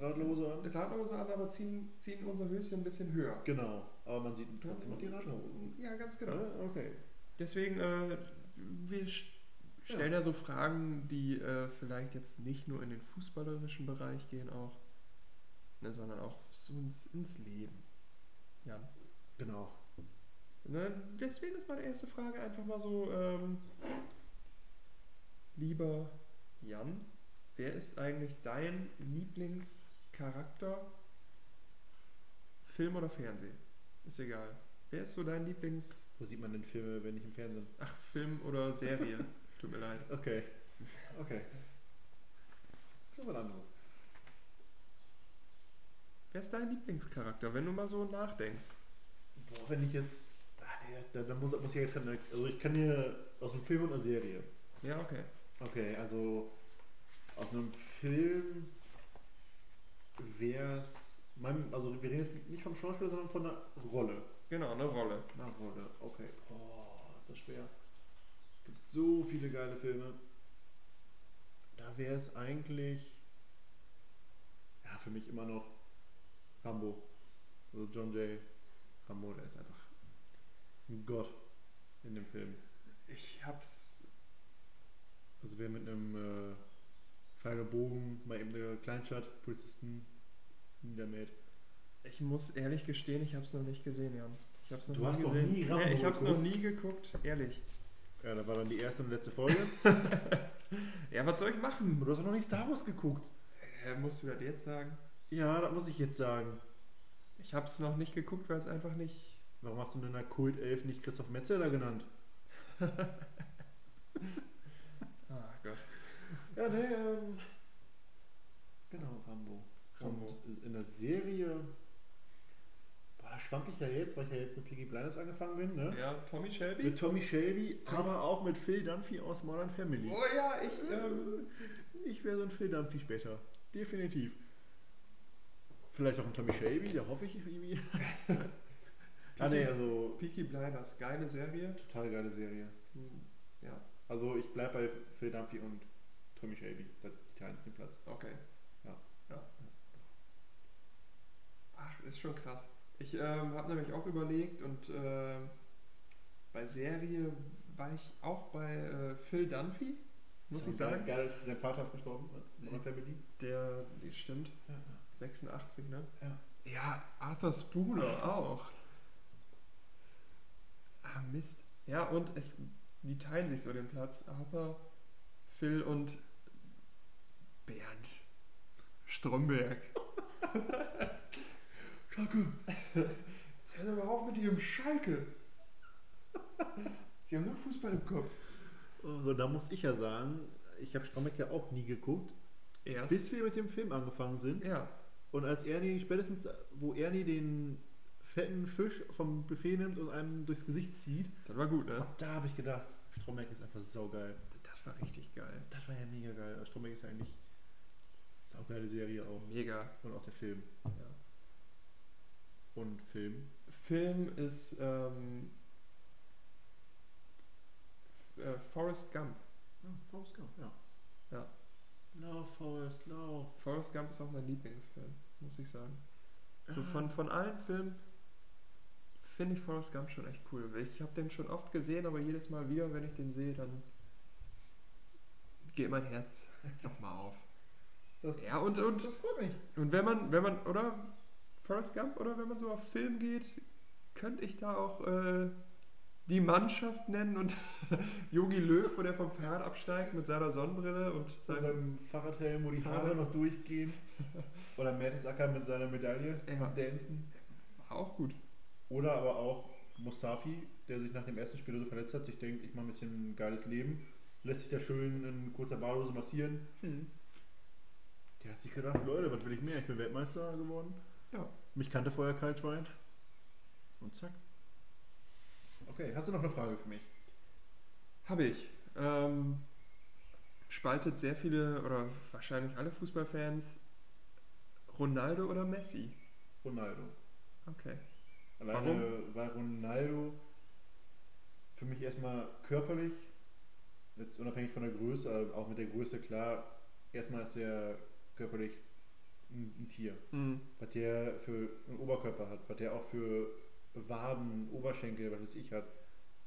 B: Radlose an.
A: Radlose an, aber ziehen, ziehen unser Höschen ein bisschen höher.
B: Genau, aber man sieht trotzdem noch die Radlerhosen.
A: Ja, ganz
B: Ja,
A: genau.
B: okay.
A: Deswegen, äh, wir st-
B: Ja.
A: stellen ja. so Fragen, die äh, vielleicht jetzt nicht nur in den fußballerischen Bereich gehen auch, ne, sondern auch so ins, ins Leben. Ja.
B: Genau.
A: Ne, deswegen ist meine erste Frage einfach mal so, ähm, lieber Jan, wer ist eigentlich dein Lieblingscharakter? Film oder Fernsehen? Ist egal. Wer ist so dein Lieblings...
B: Wo sieht man denn Filme, wenn nicht im Fernsehen?
A: Ach, Film oder Serie? Tut mir leid.
B: Okay. Okay. Schon was anderes.
A: Wer ist dein Lieblingscharakter, wenn du mal so nachdenkst?
B: Boah, wenn ich jetzt. Ah, nee, da, da muss, muss ich ja getrennt. Also ich kann hier aus einem Film und einer Serie.
A: Ja, okay.
B: Okay, also aus einem Film wär's. Mein, also wir reden jetzt nicht vom Schauspieler, sondern von einer Rolle.
A: Genau, eine Rolle.
B: Na, Rolle, okay. Oh, ist das schwer. Gibt so viele geile Filme. Da wäre es eigentlich. Ja, für mich immer noch Rambo. Also John J. Rambo, der ist einfach ein Gott in dem Film.
A: Ich hab's...
B: Also wer mit einem äh, Pfeil und Bogen mal eben eine Kleinstadt, Polizisten niedermäht.
A: Ich muss ehrlich gestehen, ich hab's noch nicht gesehen, Jan. Ich hab's noch
B: Du
A: nie
B: hast noch
A: gesehen.
B: nie Rambo
A: nee, ich hab's noch
B: geguckt?
A: nie geguckt, ehrlich.
B: Ja, da war dann die erste und letzte Folge. Hm,
A: Ja, was soll ich machen?
B: du hast auch noch nicht Star Wars geguckt.
A: Äh, musst du das jetzt sagen?
B: Ja, das muss ich jetzt sagen.
A: Ich hab's noch nicht geguckt, weil es einfach nicht.
B: Warum hast du denn in der Kult 11 nicht Christoph Metzeler genannt?
A: Ah Gott.
B: Ja, ne, ähm. Genau, Rambo.
A: Rambo.
B: Und in der Serie. schwank ich ja jetzt, weil ich ja jetzt mit Piggy Blinders angefangen bin, ne?
A: Ja, Tommy Shelby.
F: Mit Tommy Shelby,
A: Tom-
F: aber auch mit Phil Dunphy aus Modern Family.
A: Oh ja, ich. Ähm,
B: äh,
F: Ich wäre so ein Phil Dunphy später. Definitiv. Vielleicht auch ein Tommy Shelby, da hoffe ich irgendwie.
B: Ah ne, also
A: Peaky Blinders, geile Serie.
B: total geile Serie.
A: Hm, Ja,
B: Also ich bleib bei Phil Dunphy und Tommy Shelby. Da teilen sich den Platz.
A: okay.
B: Ja.
A: ja. Ach, ist schon krass. Ich ähm, habe nämlich auch überlegt und ähm, bei Serie war ich auch bei äh, Phil Dunphy, muss ich sagen.
B: Geil, sein Vater ist gestorben, ne?
F: Mhm.
B: Von der Family.
A: Der, nee, stimmt,
B: Ja.
A: 86, ne?
B: Ja.
A: Ja, Arthur Spooner
B: Arthur
A: auch. Ah, Mist. Ja, und es, die teilen sich so den Platz. Arthur, Phil und Bernd Stromberg.
B: Schalke! Jetzt hören wir auf mit ihrem Schalke! Sie haben nur Fußball im Kopf.
F: Also, da muss ich ja sagen, ich habe Strombeck ja auch nie geguckt,
A: Erst.
F: bis wir mit dem Film angefangen sind.
A: ja,
F: Und als Ernie, spätestens wo Ernie den fetten Fisch vom Buffet nimmt und einem durchs Gesicht zieht,
A: das war gut, ne?
F: da habe ich gedacht, Strombeck ist einfach saugeil.
A: Das war richtig geil.
F: Das war ja mega geil. Aber Stromberg ist ja eigentlich saugeile Serie auch.
A: Mega.
F: Und auch der Film. Und Film.
A: Film ist ähm, äh, Forrest Gump.
F: Ja, Forrest Gump, ja.
A: Ja.
F: Lauf, Forrest, lauf.
A: Forrest Gump ist auch mein Lieblingsfilm, muss ich sagen. So
F: Ah.
A: von, von allen Filmen finde ich Forrest Gump schon echt cool. Ich habe den schon oft gesehen, aber jedes Mal wieder, wenn ich den sehe, dann geht mein Herz nochmal auf.
B: Das-
A: ja, und, und,
B: Das freut mich.
A: und wenn man, wenn man, oder Forrest Gump, oder wenn man so auf Film geht, könnte ich da auch äh, die Mannschaft nennen und Yogi Löw, wo der vom Pferd absteigt mit seiner Sonnenbrille und
B: Mit
A: seinem
B: seinem Fahrradhelm, wo die Haare
A: Haare.
B: noch durchgehen. Oder Mertesacker mit seiner Medaille.
A: Ja.
B: Dancen.
A: war auch gut.
B: Oder aber auch Mustafi, der sich nach dem ersten Spiel so verletzt hat, sich denkt, ich mache ein bisschen ein geiles Leben. Lässt sich da schön in kurzer Badehose massieren.
F: Der hat sich gedacht, Leute, was will ich mehr? Ich bin Weltmeister geworden.
A: Ja.
F: Mich kannte vorher kein Schwein. Und zack.
B: Okay, hast du noch eine Frage für mich?
A: Habe ich. Ähm, spaltet sehr viele oder wahrscheinlich alle Fußballfans Ronaldo oder Messi?
B: Ronaldo.
A: Okay.
B: Alleine weil Ronaldo für mich erstmal körperlich, jetzt unabhängig von der Größe, aber auch mit der Größe klar, erstmal ist er körperlich ein, ein Tier.
A: Mhm.
B: Was der für einen Oberkörper hat, was der auch für Waden, Oberschenkel, was weiß ich hat.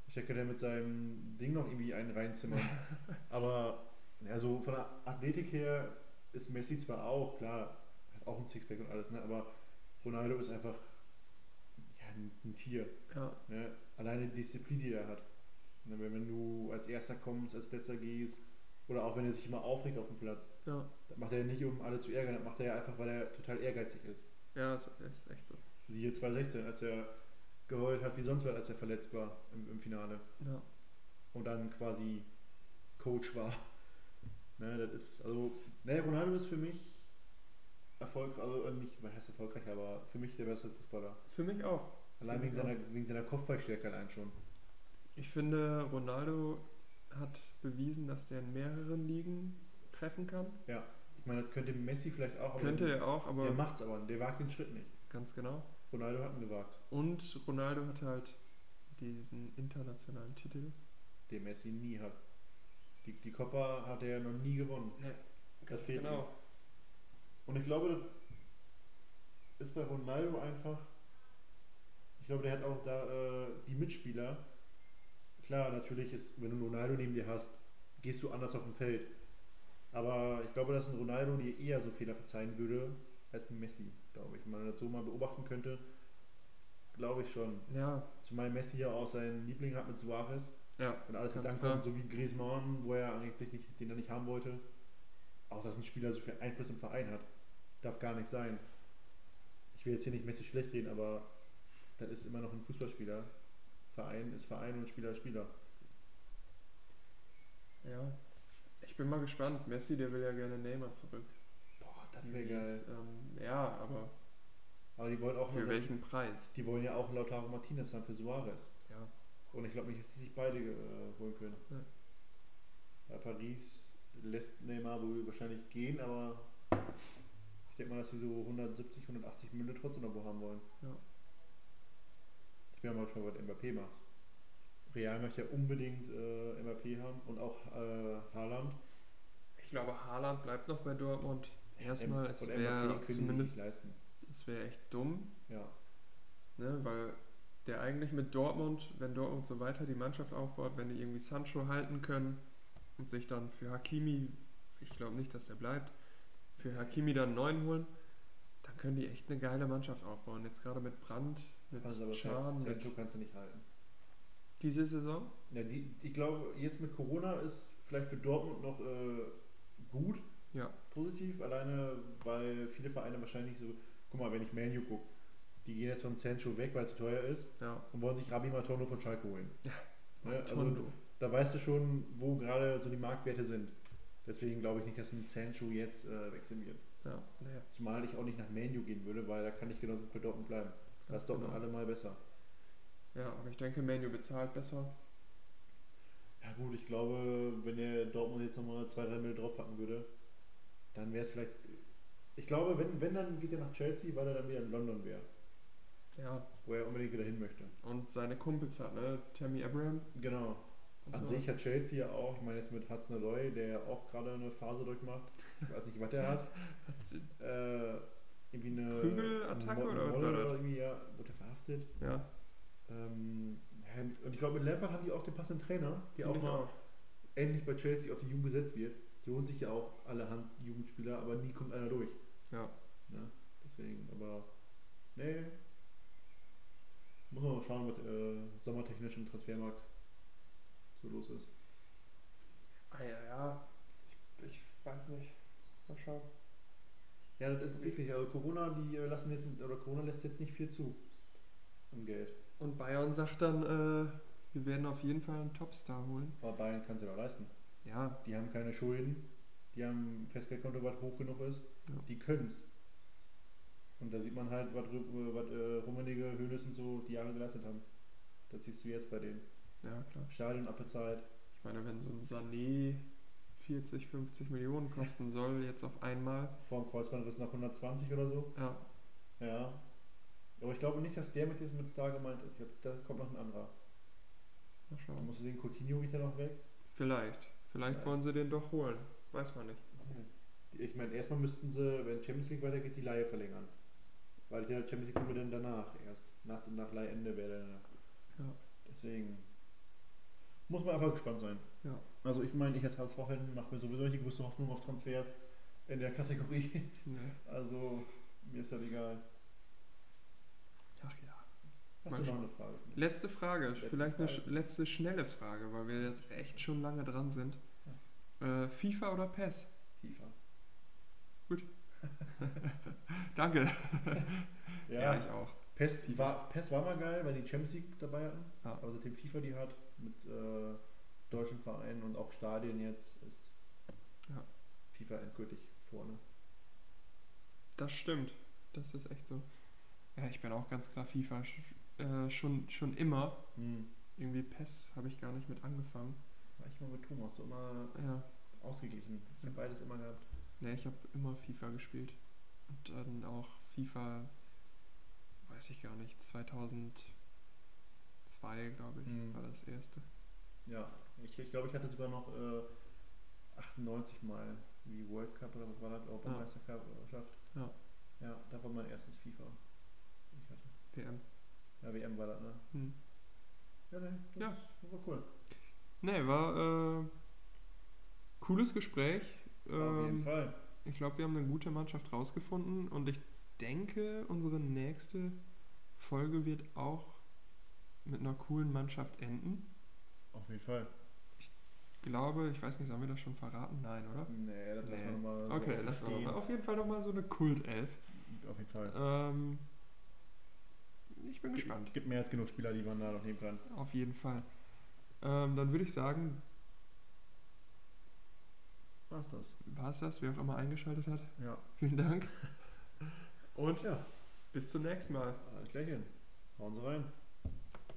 B: Wahrscheinlich könnte er mit seinem Ding noch irgendwie einen reinzimmern. aber ja, so von der Athletik her ist Messi zwar auch, klar, hat auch ein Sixpack und alles, ne? aber Ronaldo ist einfach ja, ein, ein Tier.
A: Ja.
B: Ne? Alleine die Disziplin, die er hat. Ne? Wenn, wenn du als Erster kommst, als Letzter gehst, oder auch wenn er sich immer aufregt auf dem Platz,
A: Ja.
B: das macht er nicht, um alle zu ärgern, das macht er einfach, weil er total ehrgeizig ist.
A: Ja, ist, ist echt so.
B: Siehe 2016, als er geheult hat wie sonst was, als er verletzt war im, im Finale.
A: Ja.
B: Und dann quasi Coach war. Ne, das ist, also, ne, Ronaldo ist für mich Erfolg, also äh, nicht, was heißt erfolgreich, aber für mich der beste Fußballer.
A: Für mich auch.
B: Allein wegen
A: Ja.
B: seiner, wegen seiner Kopfballstärke allein schon.
A: Ich finde, Ronaldo hat bewiesen, dass der in mehreren Ligen treffen kann.
B: Ich meine, das könnte Messi vielleicht auch, aber
A: Könnte er auch,
B: der,
A: aber
B: der macht's aber, der wagt den Schritt nicht.
A: ganz genau.
B: Ronaldo hat ihn gewagt,
A: Und Ronaldo hat halt diesen internationalen Titel.
B: den Messi nie hat. Die, die Copa hat er ja noch nie gewonnen.
A: Ja,
B: Das fehlt
A: genau.
B: ihm. Und ich glaube, das ist bei Ronaldo einfach. Ich glaube, der hat auch da äh, die Mitspieler. Klar, natürlich ist, wenn du einen Ronaldo neben dir hast, gehst du anders auf dem Feld. Aber ich glaube, dass ein Ronaldo dir eher so Fehler verzeihen würde als ein Messi, glaube ich. Wenn man das so mal beobachten könnte, glaube ich schon.
A: Ja,
B: Zumal Messi ja auch seinen Liebling hat mit Suarez
A: ja.
B: und alles mit
A: Ganz
B: ankommt, so wie Griezmann, wo er angeblich nicht, den er nicht haben wollte. Auch dass ein Spieler so viel Einfluss im Verein hat, darf gar nicht sein. Ich will jetzt hier nicht Messi schlecht reden, aber das ist immer noch ein Fußballspieler. Verein ist Verein und Spieler ist Spieler.
A: Ja. Ich bin mal gespannt. Messi,
B: Hm.
A: der will ja gerne Neymar zurück.
B: Boah, das
A: Ähm, ja, aber
B: Aber die die wollen auch
A: Für
B: nur-
A: welchen Preis?
B: Die wollen ja auch Lautaro Martinez haben für Suarez.
A: Ja.
B: Und ich glaube nicht, dass sie sich beide äh, holen können.
A: Nein.
B: Ja, Paris lässt Neymar wohl wahrscheinlich gehen, aber ich denke mal, dass sie so 170, 180 Millionen trotzdem noch wo haben wollen.
A: Ja.
B: Ich bin ja mal gespannt, was Mbappé macht. Real möchte ja unbedingt äh, Mbappé haben und auch äh, Haaland.
A: Ich glaube, Haaland bleibt noch bei Dortmund. Erstmal,
B: M-
A: es
B: Ähm, und Mbappé
A: wäre
B: können sie sich
A: zumindest,
B: nicht leisten.
A: es wäre echt dumm,
B: Ja.
A: ne? weil der eigentlich mit Dortmund, wenn Dortmund so weiter die Mannschaft aufbaut, wenn die irgendwie Sancho halten können und sich dann für Hakimi, ich glaube nicht, dass der bleibt, für Hakimi dann einen neuen holen, dann können die echt eine geile Mannschaft aufbauen. Jetzt gerade mit Brandt, mit
B: Also aber
A: Can, mit
B: Sancho kannst du nicht halten.
A: diese Saison.
B: Ja, die, ich glaube, jetzt mit Corona ist vielleicht für Dortmund noch äh, gut,
A: Ja.
B: positiv, alleine weil viele Vereine wahrscheinlich so, guck mal, wenn ich Manu gucke, die gehen jetzt von Sancho weg, weil es zu teuer ist
A: Ja,
B: und wollen sich Rabi Matondo von Schalke holen.
A: Ja,
B: Ne, also,
A: Tondo.
B: da weißt du schon, wo gerade so die Marktwerte sind. Deswegen glaube ich nicht, dass ein Sancho jetzt äh, wechseln wird.
A: Ja, naja.
B: Zumal ich auch nicht nach Manu gehen würde, weil da kann ich genauso für Dortmund bleiben. Da
A: Ja,
B: ist Dortmund
A: genau.
B: allemal besser.
A: ja, aber ich denke, Manu bezahlt besser.
B: Ja gut, ich glaube, wenn der Dortmund jetzt nochmal zwei, drei Millionen draufpacken würde, dann wäre es vielleicht. Ich glaube, wenn, wenn dann geht er nach Chelsea, weil er dann wieder in London wäre,
A: Ja,
B: wo er unbedingt wieder hin möchte.
A: und seine Kumpels hat, ne? Tammy Abraham.
B: Genau.
A: und
B: An
A: so.
B: sich hat Chelsea ja auch, ich meine jetzt mit Hudson Odoi, der ja auch gerade eine Phase durchmacht, ich weiß nicht, was der hat, äh, irgendwie eine
A: Prügelattacke
B: Mo-
A: oder was
B: Molle
A: war das?
B: oder irgendwie, ja, wurde verhaftet.
A: Ja,
B: Ähm, ja, und ich glaube, mit Lampard haben die auch den passenden Trainer, der
A: finde
B: auch
A: ich
B: mal
A: auch.
B: endlich bei Chelsea auf die Jugend gesetzt wird. Die holen sich ja auch allerhand Jugendspieler, aber nie kommt einer durch.
A: Ja.
B: Ne? Deswegen, aber nee. Muss man mal schauen, was äh, sommertechnisch im Transfermarkt so los ist.
A: Ah ja, ja. Ich, ich weiß nicht. Mal schauen.
B: Ja, das ist wirklich, also Corona, die äh, lassen jetzt, oder Corona lässt jetzt nicht viel zu. Am Geld.
A: Und Bayern sagt dann, äh, wir werden auf jeden Fall einen Topstar holen.
B: Aber Bayern kann es ja doch leisten.
A: Ja,
B: Die haben keine Schulden, die haben ein Festgeldkonto, was hoch genug ist,
A: Ja.
B: die können es. Und da sieht man halt, was, Rü- äh, was äh, Rummenigge, Hönes und so die Jahre geleistet haben. Das siehst du jetzt bei denen.
A: ja klar.
B: Stadion abbezahlt.
A: Ich meine, wenn so ein Sané 40, 50 Millionen kosten soll, jetzt auf einmal.
B: Vor dem Kreuzbandriss nach 120 oder so.
A: Ja,
B: Ja. Aber ich glaube nicht, dass der mit diesem mit Star gemeint ist. Ich glaube, da kommt noch ein anderer.
A: mal
B: Da
A: schauen.
B: musst du sehen, Coutinho geht ja noch weg.
A: Vielleicht. Vielleicht
B: Ja.
A: wollen sie den doch holen. Weiß man nicht.
B: Ich meine, erstmal müssten sie, wenn Champions League weitergeht, die Laie verlängern. Weil der Champions League kommt ja dann danach erst. Nach, nach Leihende wäre dann.
A: Ja.
B: Deswegen muss man einfach gespannt sein.
A: Ja.
B: Also ich meine, ich als HSV-Fan mache mir sowieso nicht die größte Hoffnung auf Transfers in der Kategorie.
A: Nee.
B: Also mir ist das egal.
A: Ach ja.
B: Hast
A: Mal
B: du noch eine Frage?
A: Letzte Frage.
B: Letzte
A: Vielleicht eine
B: Frage.
A: sch- letzte schnelle Frage, weil wir jetzt echt schon lange dran sind. Äh, FIFA oder PES?
B: FIFA.
A: Danke.
B: Ja,
A: Ja, ich auch.
B: PES,
A: FIFA.
B: War, PES war mal geil, weil die Champions League dabei hatten.
A: Ja.
B: Aber seitdem Also FIFA die hat, mit äh, deutschen Vereinen und auch Stadien jetzt, ist
A: Ja.
B: FIFA endgültig vorne.
A: Das stimmt. Das ist echt so. Ja, ich bin auch ganz klar FIFA. Sch äh, schon, schon immer.
B: Hm.
A: Irgendwie PES habe ich gar nicht mit angefangen.
B: War ich mal mit Thomas, so immer
A: Ja.
B: ausgeglichen. Ich habe beides immer gehabt.
A: Ne, ich habe immer FIFA gespielt. Und dann auch FIFA, weiß ich gar nicht, 2002, glaube ich,
B: Mhm.
A: war das erste.
B: Ja, ich, ich glaube, ich hatte sogar noch äh, 98 Mal wie World Cup oder was war das, Europameisterschaft.
A: Ja.
B: Ja, da war mein erstes FIFA. Ich hatte.
A: WM.
B: Ja, WM war das, ne?
A: Hm.
B: Ja, ne? das
A: Ja.
B: War cool.
A: Ne, war äh, cooles Gespräch.
B: Auf jeden
A: Ähm,
B: Fall.
A: Ich glaube, wir haben eine gute Mannschaft rausgefunden und ich denke, unsere nächste Folge wird auch mit einer coolen Mannschaft enden.
G: Auf jeden Fall.
A: Ich glaube, ich weiß nicht, sollen wir das schon verraten? Nein, oder?
B: Nee, das lassen
A: Nee.
B: wir nochmal.
A: Okay, lassen wir nochmal. Auf jeden Fall nochmal so eine Kult-Elf.
G: Auf jeden Fall.
A: Ähm, ich bin gespannt.
G: Gibt mehr als genug Spieler, die man da noch nehmen kann.
A: Auf jeden Fall. Ähm, dann würde ich sagen,
G: War's das?
A: war es das, wer auch immer eingeschaltet hat.
G: Ja.
A: Vielen Dank.
G: Und ja.
H: Bis zum nächsten Mal.
B: Alles gleich hin. Hauen Sie rein.